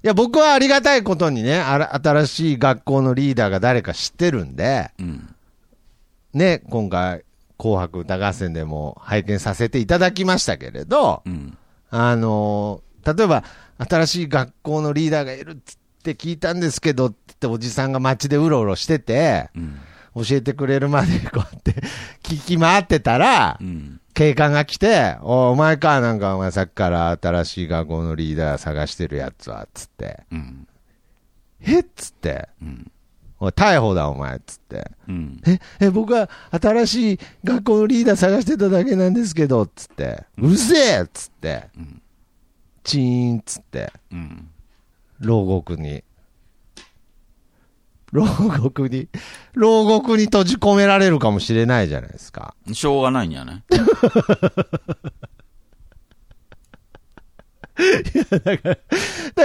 Speaker 1: いや、僕はありがたいことにね、あら新しい学校のリーダーが誰か知ってるんで、
Speaker 2: うん。
Speaker 1: ね、今回、紅白歌合戦でも拝見させていただきましたけれど、
Speaker 2: うん。
Speaker 1: あのー例えば、新しい学校のリーダーがいるっつって聞いたんですけどって言っておじさんが街でうろうろしてて、
Speaker 2: うん。
Speaker 1: 教えてくれるまでこうやって聞き回ってたら、
Speaker 2: うん。
Speaker 1: 警官が来て、おお前か、なんかお前さっきから新しい学校のリーダー探してるやつは、つって、
Speaker 2: うん。
Speaker 1: えっつって、
Speaker 2: うん。
Speaker 1: おい、逮捕だお前、つって、
Speaker 2: うん。
Speaker 1: え、え、僕は新しい学校のリーダー探してただけなんですけど、つって、うるせえっつって、
Speaker 2: ん
Speaker 1: チーンっつって、
Speaker 2: うん。
Speaker 1: 牢獄に。牢獄に、牢獄に閉じ込められるかもしれないじゃないですか。
Speaker 2: しょうがないんじゃない
Speaker 1: だか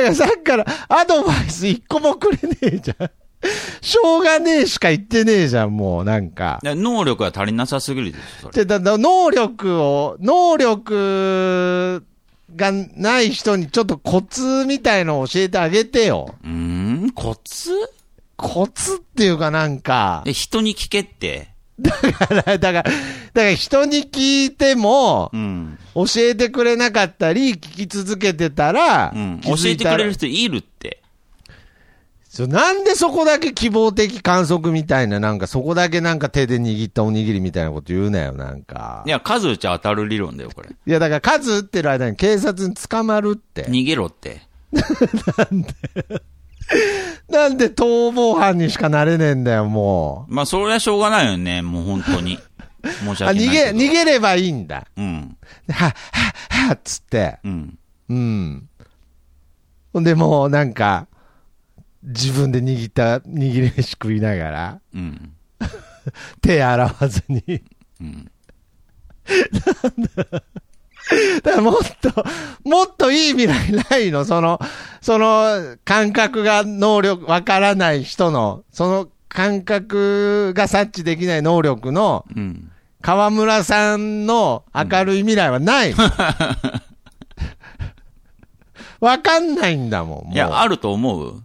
Speaker 1: らさっきからアドバイス一個もくれねえじゃん。しょうがねえしか言ってねえじゃん、もうなんか。
Speaker 2: で能力が足りなさすぎるでしょ、そ
Speaker 1: で
Speaker 2: れ。
Speaker 1: だだ能力を、能力がない人にちょっとコツみたいのを教えてあげてよ。
Speaker 2: うーん、コツ
Speaker 1: コツっていうかなんか。
Speaker 2: で人に聞けって。
Speaker 1: だから、だから、だから人に聞いても
Speaker 2: う、ん。
Speaker 1: 教えてくれなかったり、聞き続けてたら、
Speaker 2: うん。
Speaker 1: 気
Speaker 2: 教
Speaker 1: づ
Speaker 2: え
Speaker 1: い
Speaker 2: て
Speaker 1: たら
Speaker 2: くれる人いるって。
Speaker 1: そうなんでそこだけ希望的観測みたいな、なんかそこだけなんか手で握ったおにぎりみたいなこと言うなよ、なんか。
Speaker 2: いや、数打ちゃ当たる理論だよ、これ。
Speaker 1: いや、だから数打ってる間に警察に捕まるって。
Speaker 2: 逃げろって。
Speaker 1: なんで逃亡犯にしかなれねえんだよ、も
Speaker 2: まあ、それはしょうがないよね、もう本 当に。申し
Speaker 1: う。あ、
Speaker 2: 訳ない
Speaker 1: 逃
Speaker 2: け
Speaker 1: げ、
Speaker 2: ど。
Speaker 1: 逃げればいいんだ。
Speaker 2: うん。
Speaker 1: は、は、は、っつって。
Speaker 2: うん。
Speaker 1: うん。ほんでもうなんか、自分で握った、握り飯食いながら、
Speaker 2: うん。
Speaker 1: 手洗わずに。
Speaker 2: うん。
Speaker 1: だからもっと、もっといい未来ないのその、その感覚が能力、わからない人の、その感覚が察知できない能力の、
Speaker 2: うん。
Speaker 1: 河村さんの明るい未来はない。 わかんないんだもん、もう。
Speaker 2: いや、あると思う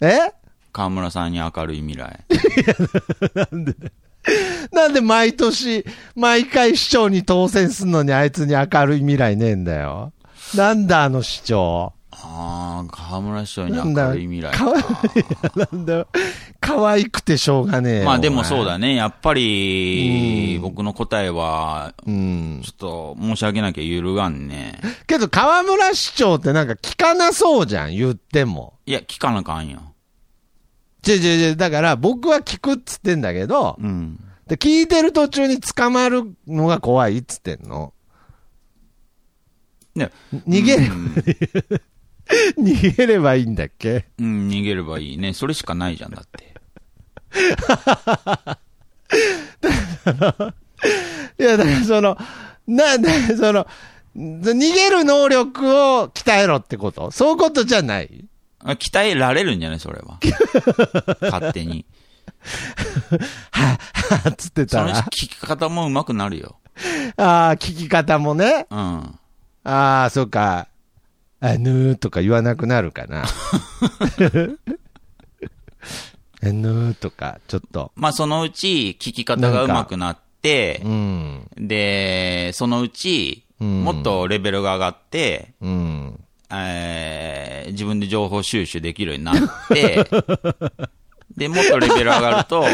Speaker 1: え
Speaker 2: 河村さんに明るい未来。
Speaker 1: なんで毎年、毎回市長に当選すんのにあいつに明るい未来ねえんだよ。なんだあの市長。
Speaker 2: ああ、河村市長に
Speaker 1: なんだ
Speaker 2: 明るい未来。
Speaker 1: かわ なんだ可愛くてしょうがねえよ
Speaker 2: まあでもそう。
Speaker 1: お
Speaker 2: だね。やっぱり、僕の答えは、
Speaker 1: 前うん。
Speaker 2: ちょっと申し訳なきゃ揺るがんね。
Speaker 1: けど、河村市長ってなんか聞かなそうじゃん、言っても。
Speaker 2: いや、聞かなあかんよ。
Speaker 1: ちょちょちょ、だから僕は聞くっつってんだけど、
Speaker 2: うん。
Speaker 1: で聞いてる途中に捕まるのが怖いっつってんの。
Speaker 2: ね、
Speaker 1: 逃げる。 逃げればいいんだっけ
Speaker 2: うん、逃げればいいね。それしかないじゃん、だって。
Speaker 1: いや、だからその、な、な、その、逃げる能力を鍛えろってことそういうことじゃない
Speaker 2: あ鍛えられるんじゃないそれ は。勝手に。
Speaker 1: はっつって
Speaker 2: そ
Speaker 1: た
Speaker 2: の
Speaker 1: ら
Speaker 2: 聞。き方も上手くなるよ。
Speaker 1: ああ、聞き方もね。
Speaker 2: うん。
Speaker 1: ああ、そうか。あぬーとか言わなくなるかな。 あぬーとか、ちょっと。
Speaker 2: まあ、そのうち、聞き方が上手くなって
Speaker 1: う、ん。
Speaker 2: で、そのうち、
Speaker 1: うん
Speaker 2: もっとレベルが上がって、
Speaker 1: うん。
Speaker 2: えー自分で情報収集できるようにな って、で、もっとレベル上がると、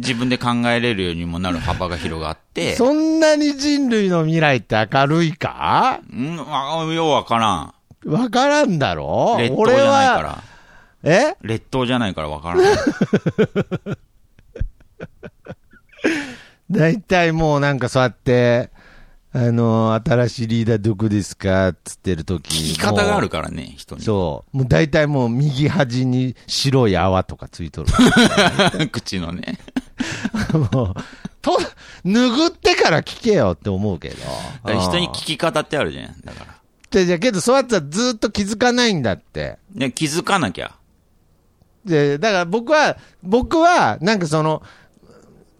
Speaker 2: 自分で考えれるようにもなる幅が広がって、
Speaker 1: そんなに人類の未来って明るいか
Speaker 2: うん、あようわから
Speaker 1: わからんだろ
Speaker 2: ん。列島じ
Speaker 1: 俺
Speaker 2: ゃないか
Speaker 1: は、
Speaker 2: ら。
Speaker 1: え
Speaker 2: 列島じゃないからわからん。
Speaker 1: 大体もうなんかそうやって、あの、新しいリーダーどこですかっつってる時
Speaker 2: 聞き方がある
Speaker 1: か
Speaker 2: からね、人に。
Speaker 1: そう。もう大体もう右端に白い泡とかついとる。
Speaker 2: 口のね。
Speaker 1: もう、と、拭ってから聞けよって思うけど。
Speaker 2: だから人に
Speaker 1: あ
Speaker 2: 聞き方ってあるじゃん。だから。
Speaker 1: ーでじゃあけど、そうやったらずっと気づかないんだって。
Speaker 2: で気づかなきゃ。
Speaker 1: で、だから僕は、僕は、なんかその、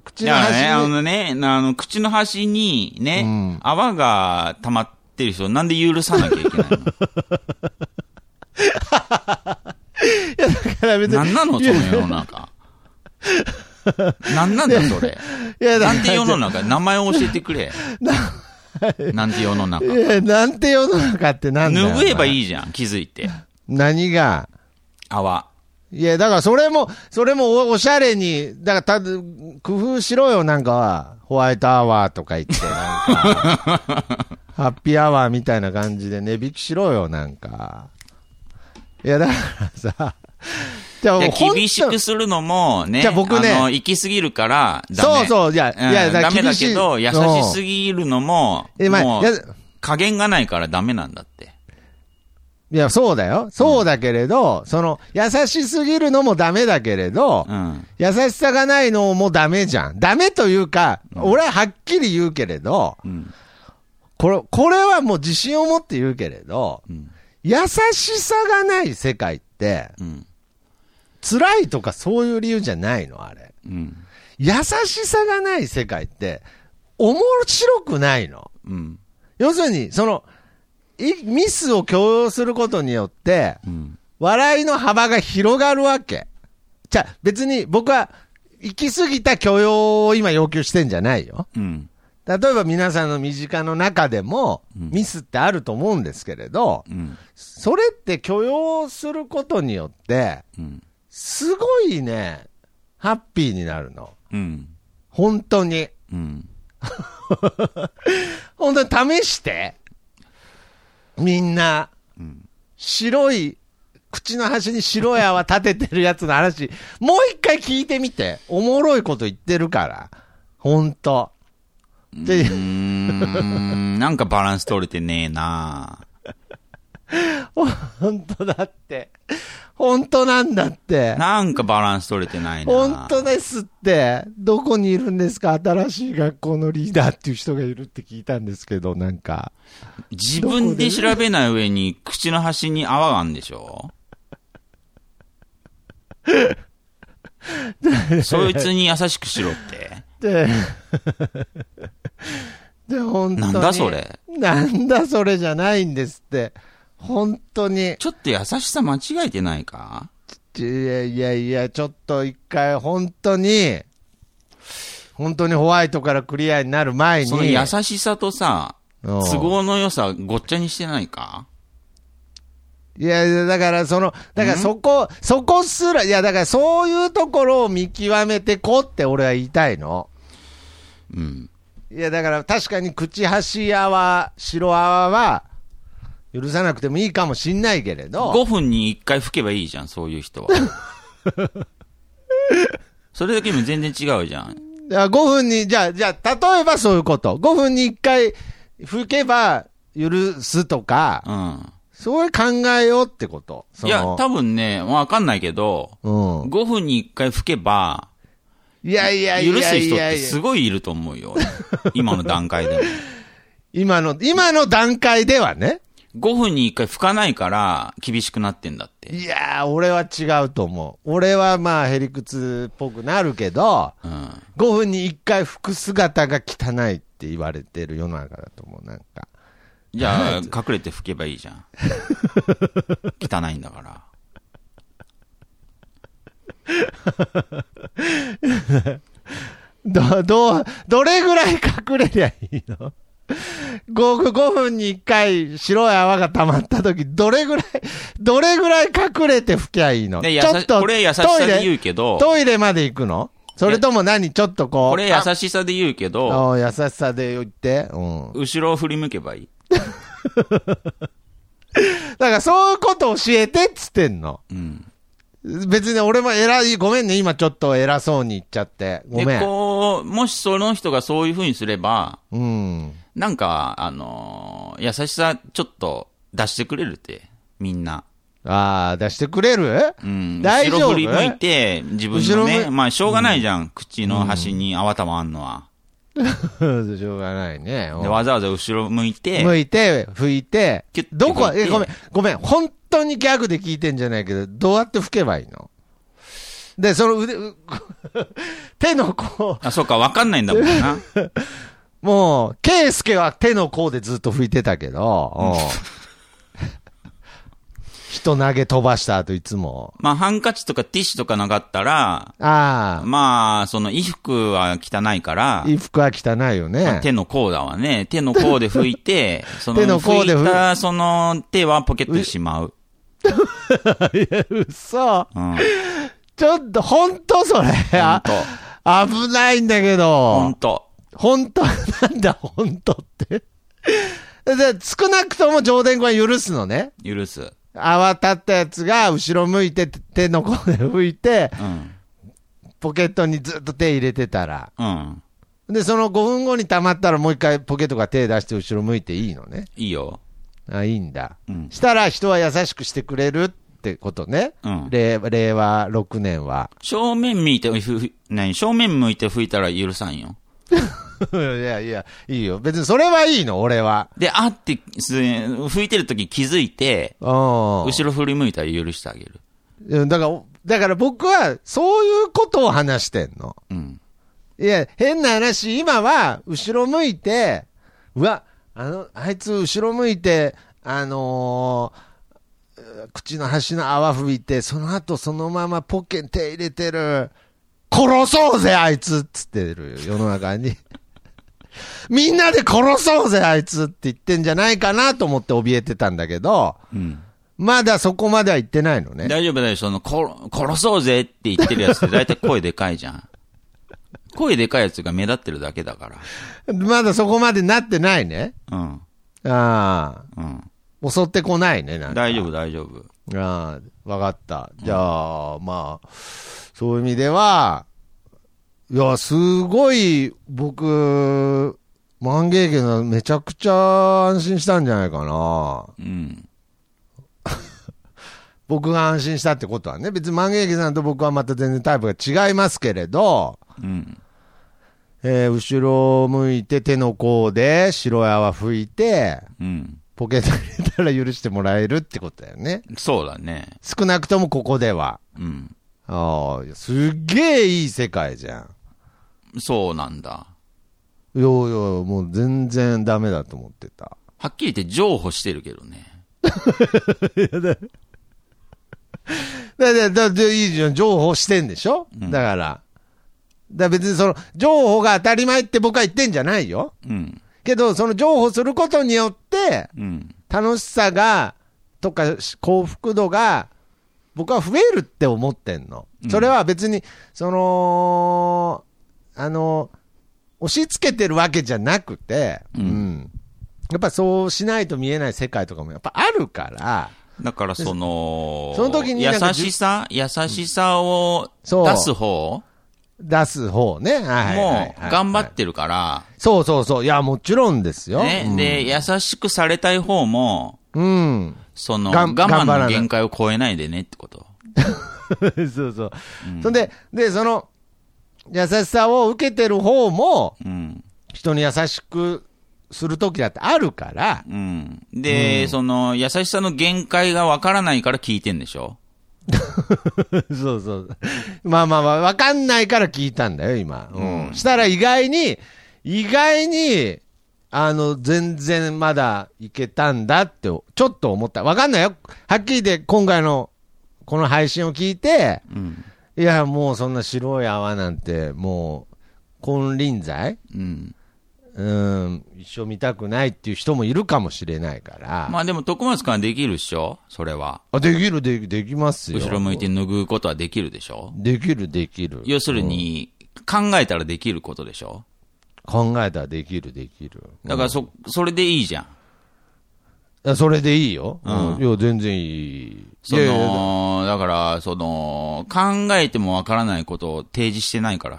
Speaker 1: 口の
Speaker 2: だから
Speaker 1: 端
Speaker 2: ね、あ
Speaker 1: に、
Speaker 2: のね、あの、口の端にね、
Speaker 1: うん
Speaker 2: 泡が溜まってる人、なんで許さなきゃいけない
Speaker 1: だから 別
Speaker 2: のなんなのそ
Speaker 1: い
Speaker 2: の
Speaker 1: や
Speaker 2: 世の中。なんなんだそれ。
Speaker 1: いや、だ
Speaker 2: な
Speaker 1: か
Speaker 2: んて
Speaker 1: ら
Speaker 2: 世の中、名前を教えてく れ。なんて世の中。
Speaker 1: いやなんて世の中ってなんだよ。
Speaker 2: 拭えば
Speaker 1: い。
Speaker 2: いいじゃん、気づいて。
Speaker 1: 何が。
Speaker 2: 泡。
Speaker 1: いや、だからそれも、それもおおしゃれに、だからた、工夫しろよ、なんか、ホワイトアワーとか言って、なんか、 ハッピーアワーみたいな感じで値引きしろよ、なんか。いや、だからさ、じゃあ
Speaker 2: いや
Speaker 1: ほんと
Speaker 2: 厳しくするのもね、
Speaker 1: じゃあ僕ね
Speaker 2: あの、行き過ぎるから、ダメ。
Speaker 1: そうそう、いや、
Speaker 2: うん
Speaker 1: いや、か
Speaker 2: ダ
Speaker 1: ら
Speaker 2: メだけど、優しすぎるのも、
Speaker 1: うんえ、まあ、
Speaker 2: も
Speaker 1: いや、
Speaker 2: う、加減がないからダメなんだって。
Speaker 1: いやそうだよ。そうだけれど、その、優しすぎるのもダメだけれど、
Speaker 2: うん。
Speaker 1: 優しさがないのもダメじゃん。ダメというか、俺ははっきり言うけれど、
Speaker 2: うん。
Speaker 1: これ、これはもう自信を持って言うけれど、
Speaker 2: うん。
Speaker 1: 優しさがない世界って、
Speaker 2: うん。
Speaker 1: 辛いとかそういう理由じゃないの、あれ。
Speaker 2: うん。
Speaker 1: 優しさがない世界って、面白くないの。
Speaker 2: うん。
Speaker 1: 要するに、その、いミスを強要することによって、
Speaker 2: うん。
Speaker 1: 笑いの幅が広がるわけ。じゃあ、別に僕は、行き過ぎた許容を今要求してんじゃないよ。
Speaker 2: うん。
Speaker 1: 例えば皆さんの身近の中でも、ミスってあると思うんですけれど、
Speaker 2: うん。
Speaker 1: それって許容することによって、
Speaker 2: うん。
Speaker 1: すごいね、ハッピーになるの。
Speaker 2: うん。
Speaker 1: 本当に。
Speaker 2: うん。
Speaker 1: 本当に試して。みんな、
Speaker 2: ん
Speaker 1: 白い、口の端に白い泡立ててるやつの話、もう一回聞いてみて。おもろいこと言ってるから。本当。で
Speaker 2: うーん。 なんかバランス取れてねえな
Speaker 1: 本当だって。本当なんだって。
Speaker 2: なんかバランス取れてないな
Speaker 1: 本当ですって。どこにいるんですか新しい学校のリーダーっていう人がいるって聞いたんですけど、なんか。
Speaker 2: 自分で調べない上に、口の端に泡があるんでし ょそいつに優しくしろって。
Speaker 1: で、で、本当に。
Speaker 2: なんだそれ。
Speaker 1: なんだそれじゃないんですって。本当に。
Speaker 2: ちょっと優しさ間違えてないか
Speaker 1: いやいやいや、ちょっと一回本当に、本当にホワイトからクリアになる前に。
Speaker 2: その優しさとさ、
Speaker 1: うん
Speaker 2: 都合の良さごっちゃにしてないか
Speaker 1: いやいや、だからその、だから
Speaker 2: ん
Speaker 1: そこ、そこすら、いや、だからそういうところを見極めてこって俺は言いたいの。
Speaker 2: うん。
Speaker 1: いや、だから確かに口端泡、白泡は、許さなくてもいいかもしんないけれど。
Speaker 2: 5分に1回吹けばいいじゃん、そうい う人は。それだけでも全然違うじゃん。
Speaker 1: いや5分に、じゃあ、じゃあ、例えばそういうこと。5分に1回吹けば許すとか、
Speaker 2: うん。
Speaker 1: それ考えようってこと。そ
Speaker 2: い
Speaker 1: の
Speaker 2: や、多分ね、わかんないけど、
Speaker 1: うん。
Speaker 2: 5分に1回吹けば、
Speaker 1: いやいやい
Speaker 2: 許
Speaker 1: や
Speaker 2: す
Speaker 1: い
Speaker 2: 人っ
Speaker 1: や
Speaker 2: て
Speaker 1: いや
Speaker 2: すごいいると思うよ。今の段階でも。
Speaker 1: 今の、今の段階ではね。
Speaker 2: 5分に1回吹かないから、厳しくなってんだって。
Speaker 1: いやー、俺は違うと思う。俺はまあ、へりくつっぽくなるけど、
Speaker 2: うん。
Speaker 1: 5分に1回拭く姿が汚いって言われてる世の中だと思う、なんか。
Speaker 2: じゃあ、隠れて吹けばいい じゃん。汚いんだから。
Speaker 1: ど、どう、どれぐらい隠れりゃいいの 5, 5分に1回白い泡が溜まった時、どれぐらい、どれぐらい隠れて拭きゃいいの
Speaker 2: で、優し、これ優しさで言うけど、
Speaker 1: トイレ、トイレまで行くのそれとも何ちょっとこう。
Speaker 2: これ優しさで言うけど、
Speaker 1: ああ優しさで言って。うん。
Speaker 2: 後ろを振り向けばいい。
Speaker 1: だからそういうこと教えてっつってんの。
Speaker 2: うん。
Speaker 1: 別に俺も偉い、ごめんね、今ちょっと偉そうに言っちゃって。ごめ
Speaker 2: で、
Speaker 1: ん。
Speaker 2: こう、もしその人がそういう風にすれば、
Speaker 1: うん。
Speaker 2: なんか、あのー優しさちょっと出してくれるって、みんな。
Speaker 1: ああ、出してくれる
Speaker 2: うん。
Speaker 1: 大丈夫
Speaker 2: 後ろ振り向いて、自分の
Speaker 1: 後ろ
Speaker 2: ね、
Speaker 1: 向い
Speaker 2: まあ、しょうがないじゃん。口の端に泡玉あんのは。
Speaker 1: うんしょうがないね。うん
Speaker 2: で、わざわざ後ろ向いて、
Speaker 1: 向いて、拭いて
Speaker 2: キュッ、て
Speaker 1: どこ、
Speaker 2: 拭いて
Speaker 1: え、ごめん、ごめん、本当にギャグで聞いてんじゃないけど、どうやって拭けばいいので、その腕、う 手の甲、
Speaker 2: あ、そうか、わかんないんだもんな。
Speaker 1: もう、ケイスケは手の甲でずっと拭いてたけど、うん 人投げ飛ばした後いつも。
Speaker 2: まあ、ハンカチとかティッシュとかなかったら、
Speaker 1: あ
Speaker 2: まあ、その衣服は汚いから
Speaker 1: あ、、衣服は汚いよ
Speaker 2: まあ
Speaker 1: ね。
Speaker 2: 手の甲だわね。手の甲で拭 いて、その、
Speaker 1: 手の甲で拭
Speaker 2: 拭
Speaker 1: い
Speaker 2: いた、その手はポケットにしまう。
Speaker 1: 嘘
Speaker 2: うん。
Speaker 1: ちょっと、本当それ。
Speaker 2: ほ ん
Speaker 1: あ
Speaker 2: と。
Speaker 1: 危ないんだけ
Speaker 2: ほん
Speaker 1: ど。
Speaker 2: と。
Speaker 1: 本当 なんだ、本当って。で、少なくとも上田君は許すのね。
Speaker 2: 許す。
Speaker 1: 泡立ったやつが後ろ向いて、手の甲で拭いて、
Speaker 2: うん。
Speaker 1: ポケットにずっと手入れてたら。
Speaker 2: うん。
Speaker 1: で、その5分後に溜まったらもう一回ポケットから手出して後ろ向いていいのね。
Speaker 2: いいよ。
Speaker 1: あ、いいんだ。
Speaker 2: うん
Speaker 1: したら人は優しくしてくれるってことね。
Speaker 2: うん
Speaker 1: 令令和6年は。
Speaker 2: 正面見て、ふふ何正面向いて吹いたら許さんよ。
Speaker 1: いやいや、いいよ。別にそれはいいの、俺は。
Speaker 2: で、あって、す吹いてる時気づいて、
Speaker 1: うん。後
Speaker 2: 後ろ振り向いたら許してあげる。
Speaker 1: うんだから、だから僕は、そういうことを話してんの。
Speaker 2: うん。
Speaker 1: いや、変な話、今は、後ろ向いて、うわ、あの、あいつ後ろ向いて、あのー口の端の泡吹いて、その後そのままポッケに手入れてる。殺そうぜ、あいつっつってる世の中に。 みんなで殺そうぜ、あいつって言ってんじゃないかなと思って怯えてたんだけど、
Speaker 2: うん。
Speaker 1: まだそこまでは言ってないのね。
Speaker 2: 大丈夫大丈夫。その、こ殺そうぜって言ってるやつ って大体声でかいじゃん。声でかいやつが目立ってるだけだか
Speaker 1: まだそこまでなってないね。
Speaker 2: ら。うん。
Speaker 1: あ
Speaker 2: うん。
Speaker 1: あ、襲ってこないね、なんか。
Speaker 2: 大丈夫大丈夫。
Speaker 1: ああ、わかった。じゃあ、まあ、そういう意味では、いや、すごい、僕、万芸家のめちゃくちゃ安心したんじゃないかな。
Speaker 2: うん。
Speaker 1: 僕が安心したってことはね、別に万芸家さんと僕はまた全然タイプが違いますけれど、
Speaker 2: うん。
Speaker 1: えー後ろを向いて手の甲で白い泡吹いて、
Speaker 2: うん。
Speaker 1: ポケットに入れたら許してもらえるってことだよね。
Speaker 2: そうだね。
Speaker 1: 少なくともここでは。
Speaker 2: うん。
Speaker 1: ああ、いやすっげえいい世界じゃ
Speaker 2: そうなんだ。
Speaker 1: ん。いやいや、もう全然ダメだと思ってた。
Speaker 2: はっきり言って譲歩してるけどね。
Speaker 1: だ、だ、だ、でいいじゃん。譲歩してんでしょ、
Speaker 2: ん
Speaker 1: だから。だ別にその、譲歩が当たり前って僕は言ってんじゃないよ。
Speaker 2: うん。
Speaker 1: けど、その譲歩することによって、
Speaker 2: うん。
Speaker 1: 楽しさが、とか幸福度が、僕は増えるって思ってんの。
Speaker 2: うん
Speaker 1: それは別に、その、あの、押し付けてるわけじゃなくて、う
Speaker 2: うん
Speaker 1: ん。やっぱそうしないと見えない世界とかもやっぱあるから、
Speaker 2: だからその、
Speaker 1: その時に
Speaker 2: 優
Speaker 1: なんか
Speaker 2: しさ、優しさを
Speaker 1: そう
Speaker 2: 出す方
Speaker 1: 出す方ね。はいはいはい
Speaker 2: も
Speaker 1: はい
Speaker 2: 頑張ってるから、
Speaker 1: そうそうそう。いや、もちろんですよ。
Speaker 2: ね。で、優しくされたい方も、
Speaker 1: うん。うん。
Speaker 2: その、
Speaker 1: が
Speaker 2: 我
Speaker 1: ん頑
Speaker 2: 慢
Speaker 1: 張らな
Speaker 2: の
Speaker 1: い
Speaker 2: 限界を超えないでねってこと。
Speaker 1: そうそう。そんで、で、その、優しさを受けてる方も、
Speaker 2: うん。
Speaker 1: 人に優しくする時だってあるから、
Speaker 2: うん。で、その、優しさの限界がわからないから聞いてんでしょ
Speaker 1: そうそう。まあまあまあ、わかんないから聞いたんだよ、今。うん。したら意外に、意外に、あの、全然まだいけたんだって、ちょっと思った。わかんないよ。はっきり言って、今回の、この配信を聞いて、
Speaker 2: うん。
Speaker 1: いや、もうそんな白い泡なんて、もう、金輪際
Speaker 2: うん。
Speaker 1: うん、一生見たくないっていう人もいるかもしれないから。
Speaker 2: まあでも、徳松君はできるっしょそれは。
Speaker 1: あ、できる、できできますよ。
Speaker 2: 後ろ向いて拭うことはできるでしょ
Speaker 1: できる、できる。
Speaker 2: 要するに、考えたらできることでしょ
Speaker 1: 考えたらできる、できる。
Speaker 2: だからそ、それでいいじゃん。
Speaker 1: あそれでいいよ。う
Speaker 2: うん
Speaker 1: ん。いや、全然いい。
Speaker 2: そ
Speaker 1: いやいや
Speaker 2: の、だから、その、考えてもわからないことを提示してないから。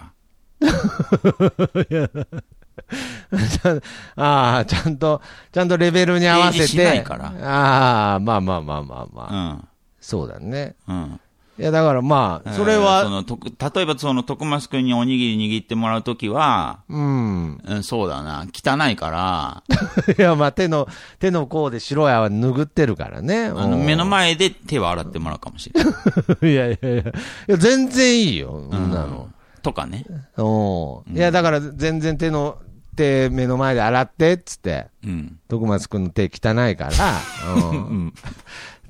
Speaker 1: ああ、ちゃんと、ちゃんとレベルに合わせ
Speaker 2: 提示しな
Speaker 1: て。
Speaker 2: いから
Speaker 1: ああ、まあまあまあまあまあ。
Speaker 2: うん。
Speaker 1: そうだね。
Speaker 2: うん。
Speaker 1: いや、だからまあ、それ
Speaker 2: そ
Speaker 1: は、
Speaker 2: の、とく例えばその、徳松くんにおにぎり握ってもらうときは、
Speaker 1: うん。
Speaker 2: うん、そうだな、汚いから、
Speaker 1: いや、まあ、手の、手の甲で白い泡拭ってるからね。
Speaker 2: あの、
Speaker 1: うん
Speaker 2: 目の前で手は洗ってもらうかもしれな い。
Speaker 1: いやいやいや、いや全然いいよ、そんなの。
Speaker 2: とかね。
Speaker 1: おいや、だから全然手の、手目の前で洗って、っつって。
Speaker 2: うん。
Speaker 1: 徳松くんの手汚いから。うん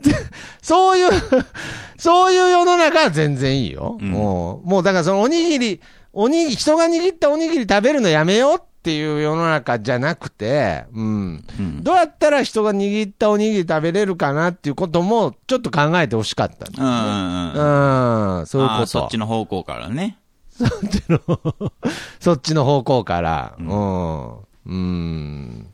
Speaker 1: で そういう、そういう世の中は全然いいよ。
Speaker 2: うん
Speaker 1: もうもうだからそのおにぎり、おにぎり、人が握ったおにぎり食べるのやめようっていう世の中じゃなくて、うん。
Speaker 2: うん。
Speaker 1: どうやったら人が握ったおにぎり食べれるかなっていうことも、ちょっと考えてほしかった。
Speaker 2: うんうんうん。
Speaker 1: うん、そういう
Speaker 2: あ
Speaker 1: こ
Speaker 2: ー
Speaker 1: と。
Speaker 2: そっちの方向からね。
Speaker 1: そっちの方向から。うん。うん。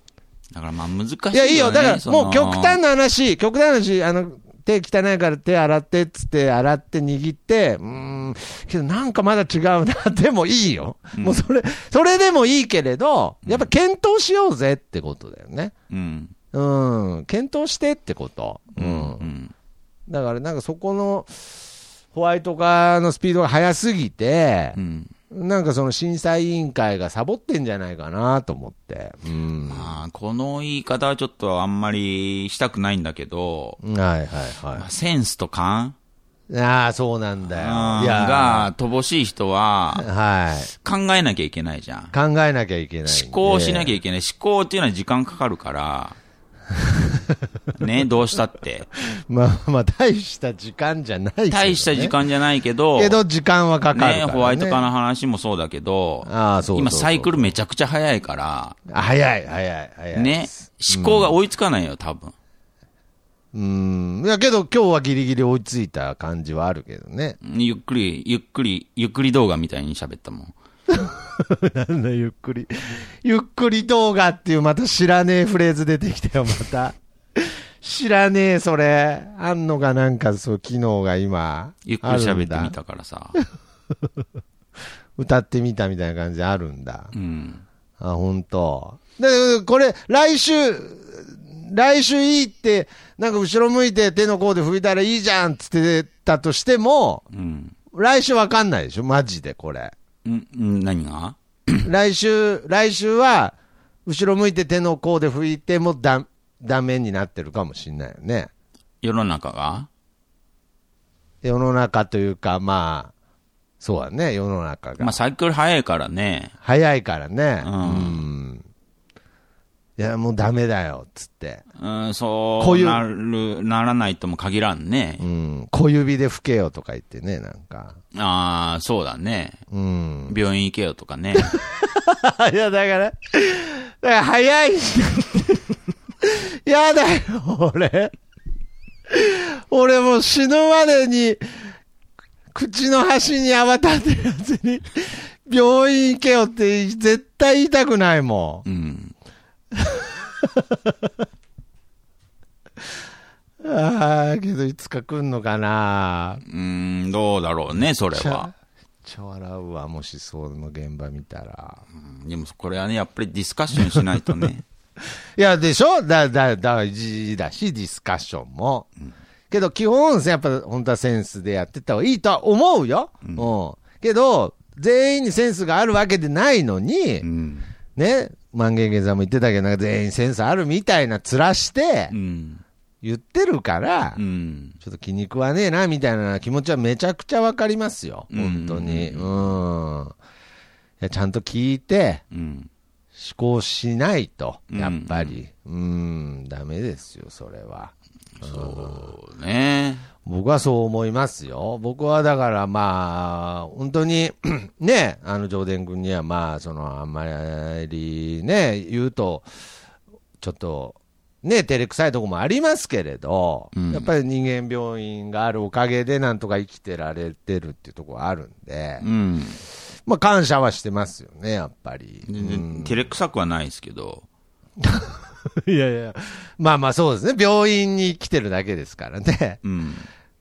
Speaker 2: だからまあ難しいよ、ね。
Speaker 1: いや、いいよ。だから、
Speaker 2: その
Speaker 1: もう極端な話、極端な話、あの、手汚いから手洗ってっつって、洗って握って、うーん、けどなんかまだ違うな。でもいいよ。もうそれ、それでもいいけれど、やっぱ検討しようぜってことだよね。
Speaker 2: うん。
Speaker 1: うん。検討してってこと。うん
Speaker 2: うん。
Speaker 1: だからなんかそこの、ホワイト化のスピードが速すぎて、
Speaker 2: うん。
Speaker 1: なんかその審査委員会がサボってんじゃないかなと思って。うん。は
Speaker 2: まあ、この言い方はちょっとあんまりしたくないんだけど、
Speaker 1: いはい
Speaker 2: ま
Speaker 1: は
Speaker 2: あセンスと感
Speaker 1: い。ああ、そうなんだよ。い
Speaker 2: うん
Speaker 1: や、
Speaker 2: が乏しい人は
Speaker 1: はい。
Speaker 2: 考えなきゃいけないじゃん。
Speaker 1: 考えなきゃいけないんで。
Speaker 2: 思考しなきゃ
Speaker 1: い
Speaker 2: いけない。思考っていうのは時間かか るから、ね、どうしたって。
Speaker 1: まあまあ、大した時間じゃないけど、ね。
Speaker 2: 大した時間じゃないけど、
Speaker 1: けど、時間はかかるから、ね。
Speaker 2: ね、ホワイト化の話もそうだけど、
Speaker 1: ああそうそうそう
Speaker 2: 今サイクルめちゃくちゃ早いか
Speaker 1: あ早い、早い、早
Speaker 2: ら、
Speaker 1: い。
Speaker 2: ね、思考が追いつかないよ、多分。
Speaker 1: うん。いや、けど、今日はギリギリ追いついた感じはあるけどね。
Speaker 2: ゆっくり、ゆっくり、ゆっくり動画みたいに喋ったもん。
Speaker 1: なんだ、ゆっくり。ゆっくり動画っていう、また知らねえフレーズ出てきたよ、また。知らねえ、それ。あんのかなんか、そう、機能が今。
Speaker 2: ゆっくり喋って
Speaker 1: ある
Speaker 2: み
Speaker 1: んだ。
Speaker 2: たからさ。
Speaker 1: 歌ってみたみたいな感じあるんだ。
Speaker 2: うん。
Speaker 1: あ、ほんと。で、これ、来週、来週いいって、なんか後ろ向いて手の甲で拭いたらいいじゃんっつってたとしても、
Speaker 2: うん。
Speaker 1: 来週わかんないでしょマジで、こ れ。
Speaker 2: うん、うん何が
Speaker 1: 来週、来週は、後ろ向いて手の甲で拭いてもだ、ダメになってるかもしんないよね。
Speaker 2: 世の中が
Speaker 1: 世の中というか、まあ、そうだね、世の中が。
Speaker 2: まあ、サイクル早いからね。
Speaker 1: 早いからね。う
Speaker 2: うんん。
Speaker 1: いや、もうダメだよ、つって。
Speaker 2: うん、そう、
Speaker 1: こういう
Speaker 2: なる、ならないとも限らんね
Speaker 1: う。ん。小指で拭けよとか言ってね、なんか。
Speaker 2: ああ、そうだね。
Speaker 1: うん。
Speaker 2: 病院行けよとか ね。
Speaker 1: いや、だから、だから早いんだ って。やだよ、俺。俺もう死ぬまでに、口の端に泡立てるやつに、病院行けよって絶対言いたくないも
Speaker 2: うん。
Speaker 1: ん。ああ、けどいつか来んのかな
Speaker 2: うん、どうだろうね、それ
Speaker 1: ちゃ
Speaker 2: は。、
Speaker 1: ちゃ笑うわ、もしその現場見たら。
Speaker 2: うんでも、これはね、やっぱりディスカッションしないとね。
Speaker 1: いや、でしょだ、だ、大事だし、ディスカッションも。けど、基本、やっぱ、本当はセンスでやってった方がいいとは思うよ。うん。けど、全員にセンスがあるわけでないのに、
Speaker 2: うん。
Speaker 1: ね、万元元さんも言ってたけど、なんか全員センスあるみたいな面して
Speaker 2: う、ん。
Speaker 1: 言ってるから、
Speaker 2: うん。
Speaker 1: ちょっと気に食わねえな、みたいな気持ちはめちゃくちゃわかりますよ。本当に。うん。いやちゃんと聞いて、
Speaker 2: うん。
Speaker 1: 思考しないと、
Speaker 2: うん
Speaker 1: やっぱり。うん、ダメですよ、それは。
Speaker 2: そうね。
Speaker 1: 僕はそう思いますよ。僕はだからまあ、本当に、 ね、あの、上田君にはまあ、その、あんまりね、言うと、ちょっと、ね、照れくさいとこもありますけれど、
Speaker 2: うん
Speaker 1: やっぱり人間病院があるおかげでなんとか生きてられてるっていうところはあるんで、
Speaker 2: うん。
Speaker 1: まあ感謝はしてますよね、やっぱり。
Speaker 2: 全然照れくさくはないですけど。
Speaker 1: いやいや。まあまあそうですね。病院に来てるだけですからね。
Speaker 2: うん。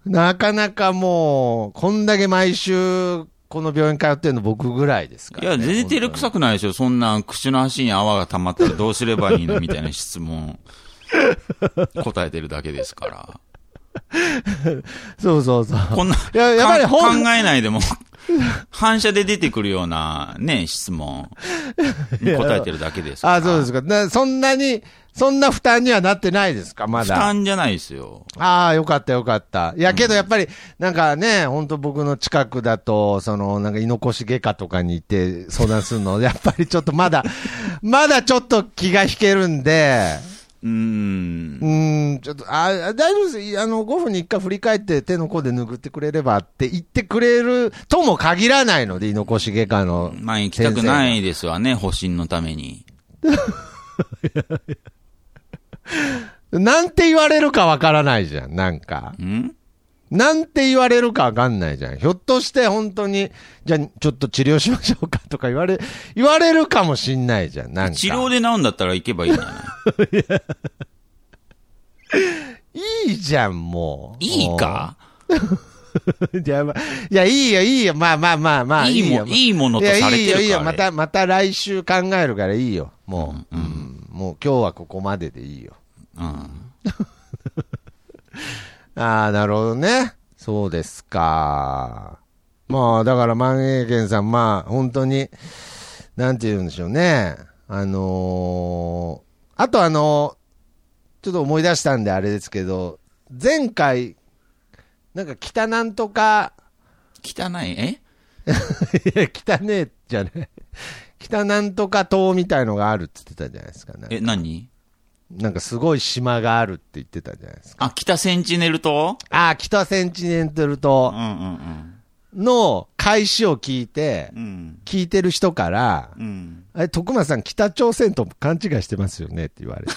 Speaker 1: なかなかもう、こんだけ毎週、この病院通ってるの僕ぐらいですか
Speaker 2: い
Speaker 1: ら、ね。
Speaker 2: や、全然照れくさくないでしょ。そんなん、口の端に泡が溜まったらどうすればいいのみたいな 質問。答えてるだけですから。
Speaker 1: そうそうそう。
Speaker 2: こんな、
Speaker 1: いややっぱり
Speaker 2: か
Speaker 1: 本
Speaker 2: 考えないでも、反射で出てくるような、ね、質問に答えてるだけですから。
Speaker 1: あそうです
Speaker 2: か。
Speaker 1: か。なそんなに、そんな負担にはなってないですか、ま
Speaker 2: 負
Speaker 1: だ。
Speaker 2: 担じゃないですよ。
Speaker 1: ああ、よかったよかった。いや、けどやっぱり、なんかね、本当僕の近くだと、その、なんか、猪越外科とかに行って相談するの、やっぱりちょっとまだ、まだちょっと気が引けるんで、
Speaker 2: うーん
Speaker 1: う。ーん、ちょっと、あ大丈夫ですい。あの、5分に1回振り返って手の甲で拭ってくれればって言ってくれるとも限らないので、猪越外科の。
Speaker 2: まあ、行きたくないですわね、保身のために。
Speaker 1: なんて言われるかわからないじゃん、なんか。
Speaker 2: ん
Speaker 1: なんて言われるかわかんないじゃん。ひょっとして本当に、じゃあちょっと治療しましょうかとか言われ、 言われるかもしんないじゃん、なんか。
Speaker 2: 治療で治るんだったら行けばいいんじゃない
Speaker 1: いいじゃん、もう。
Speaker 2: いいか
Speaker 1: いや、まあいや、いいよ、いいよ。まあまあまあまあ。
Speaker 2: いいも
Speaker 1: よ
Speaker 2: いいものとされてるから
Speaker 1: いやいいよ、いいよ。
Speaker 2: あれ
Speaker 1: また、また来週考えるからいいよ。もう、うんもう今日はここまででいいよ。
Speaker 2: うん。
Speaker 1: ああ、なるほどね。そうですか。まあ、だから、万永健さん、まあ、本当に、なんて言うんでしょうね。あのーあとあのーちょっと思い出したんであれですけど、前回、なんか北なんとか、
Speaker 2: 汚い、え
Speaker 1: いや、汚ねえじゃない。北なんとか島みたいのがあるって言ってたじゃないですかね。
Speaker 2: え、何
Speaker 1: なんかすごい島があるって言ってたじゃないですか。
Speaker 2: あ、北センチネル島
Speaker 1: ああ、北センチネントル
Speaker 2: うんう
Speaker 1: 島
Speaker 2: ん
Speaker 1: の開始を聞いて
Speaker 2: うん。う、ん。
Speaker 1: 聞いてる人から、
Speaker 2: うん。
Speaker 1: あれ、徳間さん、北朝鮮と勘違いしてますよねって言われて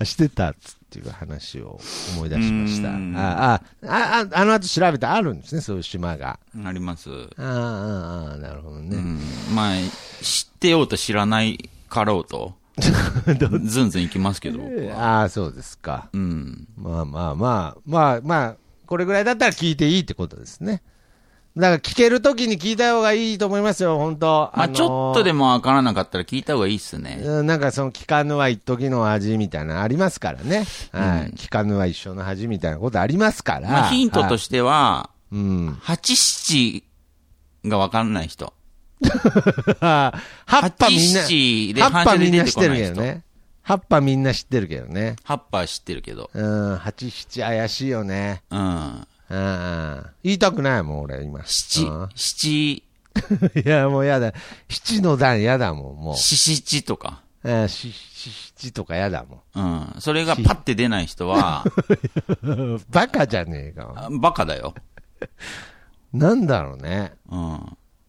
Speaker 1: あ、してたっつっていう話を思い出しました。
Speaker 2: う
Speaker 1: あ
Speaker 2: ん
Speaker 1: あ、ああ、あの後調べてあるんですね、そういう島が。
Speaker 2: あります。
Speaker 1: ああああ、ああ、なるほどね。
Speaker 2: うん。まあ、知ってようと知らないかろ うと、ずんずん行きますけど、僕は
Speaker 1: ああ、そうですか。
Speaker 2: うん。
Speaker 1: まあまあまあ、まあまあ、これぐらいだったら聞いていいってことですね。だから聞けるときに聞いた方がいいと思いますよ、本当
Speaker 2: まあ、ちょっとで
Speaker 1: も。
Speaker 2: もわからなかったら聞いた方がいいっすね。
Speaker 1: うんなんかその聞かぬは一時の味みたいなのありますからね。はい。
Speaker 2: うん
Speaker 1: 聞かぬは一生の恥みたいなことありますから。
Speaker 2: まあ、ヒントと
Speaker 1: し
Speaker 2: しては、
Speaker 1: て。うん。
Speaker 2: 八七がわかんない人。
Speaker 1: 葉っぱみんな、
Speaker 2: 八七で
Speaker 1: 葉っぱみんな知ってるけど
Speaker 2: 反射で出てこな
Speaker 1: ね。葉っぱみんな知ってるけどね。
Speaker 2: ハッパー知ってるけど。
Speaker 1: うん、八七怪しいよね。
Speaker 2: うん。
Speaker 1: うん。言いたくないもん、俺、今。
Speaker 2: 七
Speaker 1: うん、
Speaker 2: 七、
Speaker 1: いや、もうやだ。七の段やだもん、もう。
Speaker 2: 四七とか。
Speaker 1: えーしし七とかやだも
Speaker 2: うん。それがパッて出ない 人は、
Speaker 1: ん。 バカじゃねえか。
Speaker 2: あバカだよ。
Speaker 1: なんだろうね。
Speaker 2: うん。う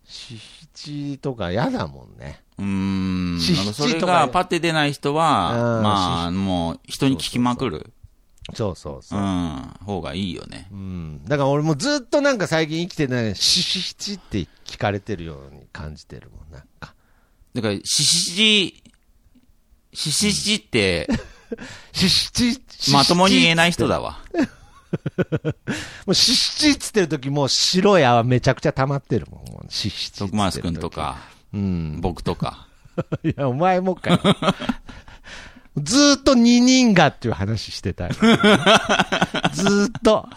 Speaker 1: し七とかやだもんね。
Speaker 2: ーん。
Speaker 1: 四
Speaker 2: な
Speaker 1: 七
Speaker 2: んか
Speaker 1: とか
Speaker 2: それがパッて出ない人は
Speaker 1: う、ん
Speaker 2: まあ、もう人に聞きまくる。
Speaker 1: そうそう
Speaker 2: う
Speaker 1: そう。
Speaker 2: ん。方がいいよね
Speaker 1: う。ん。だから俺もずっとなんか最近生きてない、し七って聞かれてるように感じてるもん、なんか。
Speaker 2: だから、四七、四七って、
Speaker 1: し七、し
Speaker 2: まともに言えない人。だ わ。
Speaker 1: もうし七っつってる時もう白い泡めちゃくちゃ溜まってるもん、もうし七っつってる時。
Speaker 2: 徳松くんとか、
Speaker 1: うん。
Speaker 2: 僕とか。
Speaker 1: い や、お前もかよ。ずーっと二人がっていう話して たい。ずーっと。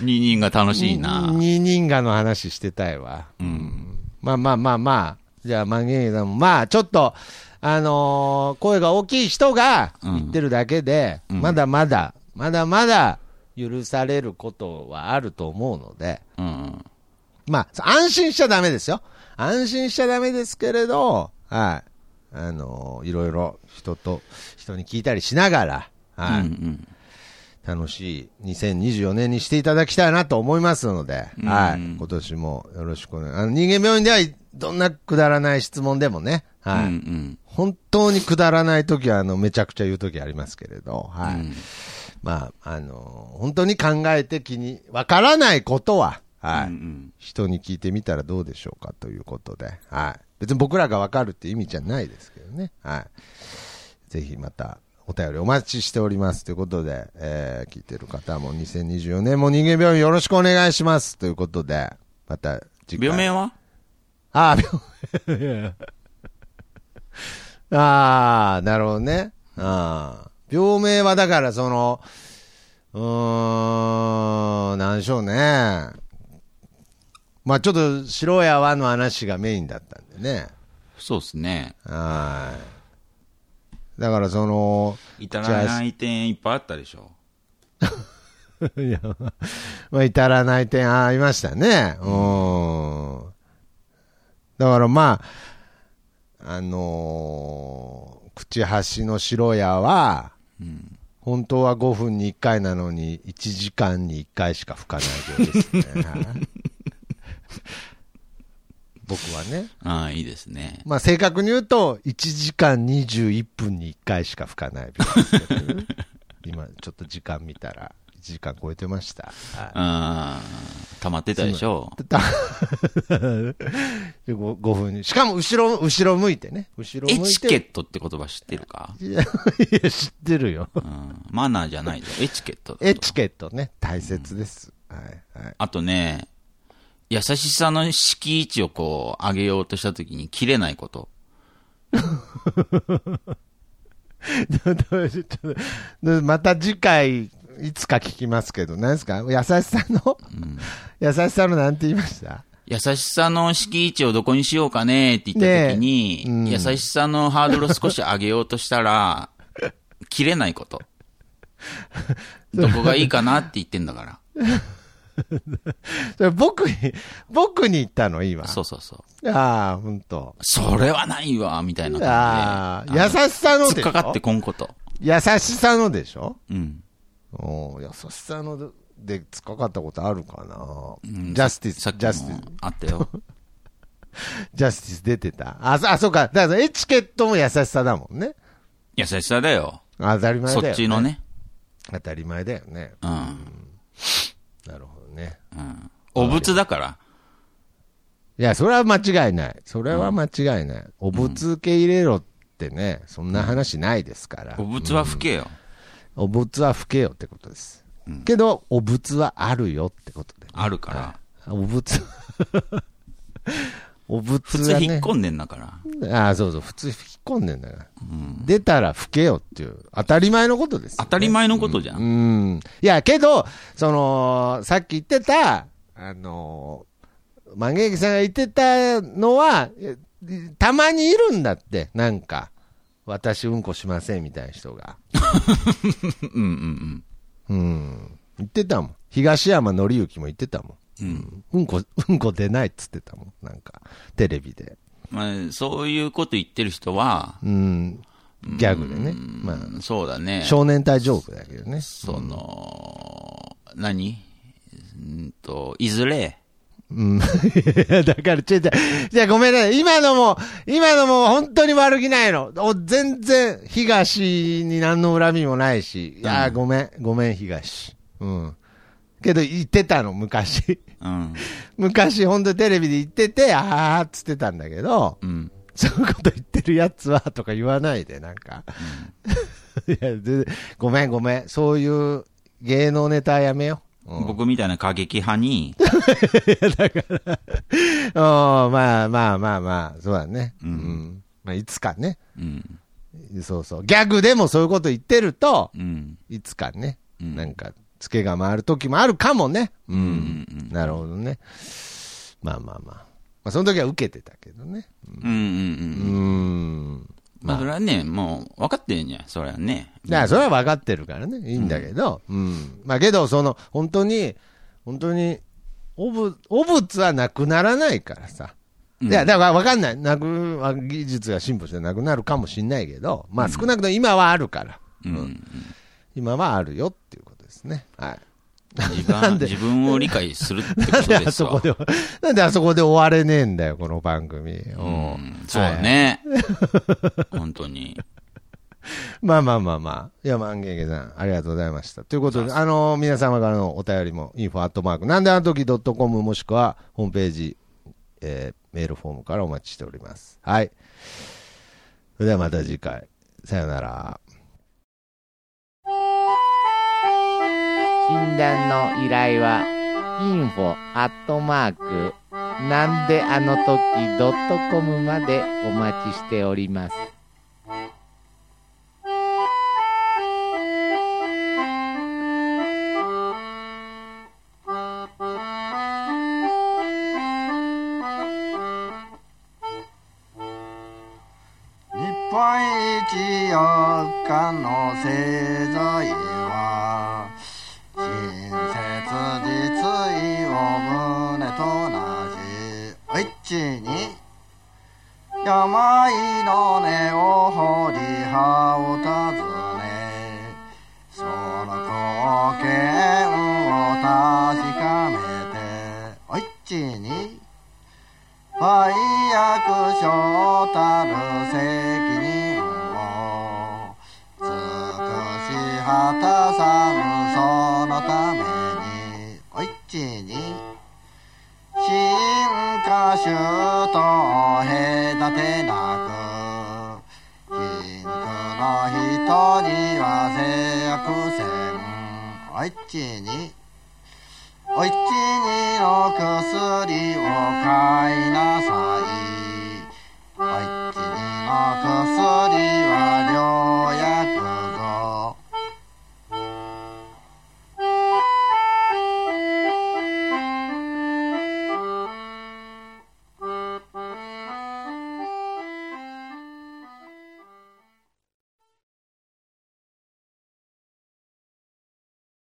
Speaker 2: 二人が楽しいな。
Speaker 1: 二人がの話してたいわ。
Speaker 2: うん。
Speaker 1: まあまあまあまあ。じゃあ、マゲイさんも、まあ、ちょっと、あのー声が大きい人が
Speaker 2: うん
Speaker 1: 言ってるだけで、
Speaker 2: うん
Speaker 1: まだまだ、まだまだ許されることはあると思うので、
Speaker 2: うん。
Speaker 1: まあ、安心しちゃダメですよ。安心しちゃダメですけれど、はい。あのーいろいろ人と、人に聞いたりしながら、はい。
Speaker 2: うん
Speaker 1: 楽しい2024年にしていただきたいなと思いますので、
Speaker 2: うん
Speaker 1: はい。今年もよろしくお願いあの、人間病院ではどんなくだらない質問でもね、
Speaker 2: うん。
Speaker 1: はい。
Speaker 2: うんうん。
Speaker 1: 本当にくだらない時は、あの、めちゃくちゃ言う時ありますけれど、はい。
Speaker 2: うん
Speaker 1: まあ、あの本当に考えて気に、わからないことは、はい。
Speaker 2: うんうん
Speaker 1: 人に聞いてみたらどうでしょうかということで、はい、別に僕らが分かるって意味じゃないですけどね、はい、ぜひまたお便りお待ちしておりますということで、えー聞いてる方も2024年も人間病院よろしくお願いしますということで、また次回。
Speaker 2: 病名は
Speaker 1: ああ、病 名。いやああ、なるほどね。ああ病名はだから、その、うーん、なんでしょうね。まあちょっと、白や和の話がメインだったんでね。
Speaker 2: そうですね。
Speaker 1: はい。だから、その、
Speaker 2: 至らない点いっぱいあったでしょ。
Speaker 1: いや、まあ、至らない点ありましたね。うん。だからまあ、あのー、口端の白屋は、
Speaker 2: うん。
Speaker 1: 本当は5分に1回なのに、1時間に1回しか吹かないようですね。 はい僕はね。
Speaker 2: ああ、いいですね。
Speaker 1: まあ正確に言うと、1時間21分に1回しか吹かない病ですけどね 今、ちょっと時間見たら、1時間超えてました。はい
Speaker 2: ああ、溜まってたでしょ。
Speaker 1: だでご5分に。しかも後ろ、後ろ向いてね。後ろ
Speaker 2: エ
Speaker 1: 向い
Speaker 2: チケ
Speaker 1: て。
Speaker 2: ットって言葉知ってるか
Speaker 1: いや、いや知ってる よ。
Speaker 2: うん。マナーじゃないぞ。エチケットだと。
Speaker 1: エチケットね、大切です。はい、はい。
Speaker 2: あとね、優しさの敷地をこう、上げようとしたときに切れないこと。
Speaker 1: ちょっとでまた次回、いつか聞きますけど、何ですか優しさの、優しさのなんて言いました
Speaker 2: 優しさの敷地をどこにしようかねって言ったときに、
Speaker 1: ねえうん
Speaker 2: 優しさのハードルを少し上げようとし たら、切れないこと。どこがいいかなって言ってんだか
Speaker 1: それ僕に、僕に言ったの、今
Speaker 2: ら。。そうそうそう。
Speaker 1: ああ、ほんと。
Speaker 2: それはないわ、みたいな
Speaker 1: あ
Speaker 2: 感じ
Speaker 1: あ、
Speaker 2: で。
Speaker 1: 優しさの
Speaker 2: 突
Speaker 1: で
Speaker 2: っ
Speaker 1: し
Speaker 2: かか
Speaker 1: ょ
Speaker 2: ってこんこと。
Speaker 1: 優しさのでしょ
Speaker 2: うん。
Speaker 1: おー優しさので突っかかったことあるかな、
Speaker 2: うん
Speaker 1: ジャスティス、
Speaker 2: さっき
Speaker 1: ジャスティ
Speaker 2: も
Speaker 1: ス、
Speaker 2: あったよ。
Speaker 1: ジャスティス出てた。あ、そあそうか。だからエチケットも優しさだもんね。
Speaker 2: 優しさだ よ。
Speaker 1: あ当たり前だ
Speaker 2: そ
Speaker 1: よ、ね。
Speaker 2: っちの。ね。
Speaker 1: 当たり前だよね。
Speaker 2: うん。
Speaker 1: なるほどね。
Speaker 2: うん。お仏だから。
Speaker 1: いや、それは間違いない。それは間違いない。お仏受け入れろってね、そんな話ないですから。
Speaker 2: お仏は吹けよ。
Speaker 1: お仏は吹けよってことです。けど、お仏はあるよってことで、
Speaker 2: あるから。
Speaker 1: お仏、 お
Speaker 2: 普
Speaker 1: 仏
Speaker 2: 通
Speaker 1: はね。
Speaker 2: 引っ込んでんだから。
Speaker 1: ああ、そうそう、普通引っ込んでんだから。出たら吹けよっていう、当たり前のことですよ、
Speaker 2: 当たり前のことじゃ。
Speaker 1: うんん。いや、けど、その、さっき言ってた、あのー、万劇さんが言ってたのは、えたまにいるんだって、なんか、私うんこしませんみたいな人が。
Speaker 2: うんう
Speaker 1: う
Speaker 2: ん
Speaker 1: ん。言ってたもん。東山紀之も言ってたもん。うん。うんこ、うんこ出ないっつってたもん。なんか、テレビで。
Speaker 2: うん。まあ、そういうこと言ってる人は、
Speaker 1: うん。ギャグでね。まあ、
Speaker 2: うんそうだね。
Speaker 1: 少年隊ジョークだけどね。
Speaker 2: その、何うんと、いずれ、
Speaker 1: うん。い やだから、ちょいちょい。じゃごめんなさい。今のも、今のも本当に悪気ないの。お全然、東に何の恨みもないし。いやー、ごめん、ごめん、東。うん。けど、言ってたの、昔。
Speaker 2: うん。
Speaker 1: 昔、本当テレビで言ってて、あーっつってたんだけど、
Speaker 2: うん。
Speaker 1: そういうこと言ってるやつは、とか言わないで、なんか。 いや、全然ごめん、ごめん。そういう芸能ネタはやめよう。うん
Speaker 2: 僕みたいな過激派に、
Speaker 1: うんまあまあまあまあ、そうだね。うん。まあ、いつかね。
Speaker 2: うん。
Speaker 1: そうそう。ギャグでもそういうこと言ってると、
Speaker 2: うん。
Speaker 1: いつかね、
Speaker 2: うん
Speaker 1: なんか、ツケが回る時もあるかもね。うん。
Speaker 2: うん
Speaker 1: なるほどね。まあまあまあ。まあ、その時は受けてたけどね。
Speaker 2: うんうんうん
Speaker 1: う。ん。
Speaker 2: まあ、それはね、もう、分かってるんじゃん、それはね。
Speaker 1: だからそれは分かってるからね、いいんだけど、うん。まあけど、その、本当に、本当に、おぶ、お物はなくならないからさ。
Speaker 2: うん
Speaker 1: いや、だから分かんない。なく、技術が進歩してなくなるかもしんないけど、まあ少なくとも今はあるから。
Speaker 2: うん。
Speaker 1: 今はあるよっていうことですね。はい。
Speaker 2: 自
Speaker 1: なん
Speaker 2: 分
Speaker 1: で
Speaker 2: 自分を理解するってこ
Speaker 1: なん
Speaker 2: と
Speaker 1: で
Speaker 2: で
Speaker 1: あ
Speaker 2: す
Speaker 1: そこ
Speaker 2: わ。
Speaker 1: で、 なんであそこで終われねえんだよ、この番組。う
Speaker 2: うんん、そうだ ね。本当に。
Speaker 1: まあまあまあまあ。いや、万元家さん、ありがとうございました。ということで、あのー皆様からのお便りも、info アットマーク、なんであの時 .com もしくは、ホームページ、えーメールフォームからお待ちしております。はい。それではまた次回。さよなら。
Speaker 3: 診断の依頼は info アットマークなんであの時ドットコムまでお待ちしております。
Speaker 4: 日本一四日の製材は親切実意を胸となし一ちに病の根を掘り葉を尋ねその貢献を確かめて一ちに愛役所たる責任を尽くし果たさぬそのためにおいちに進化種と隔てなく貧苦の人には制約せんおいちにおいちにの薬を買いなさい。おいちにの薬を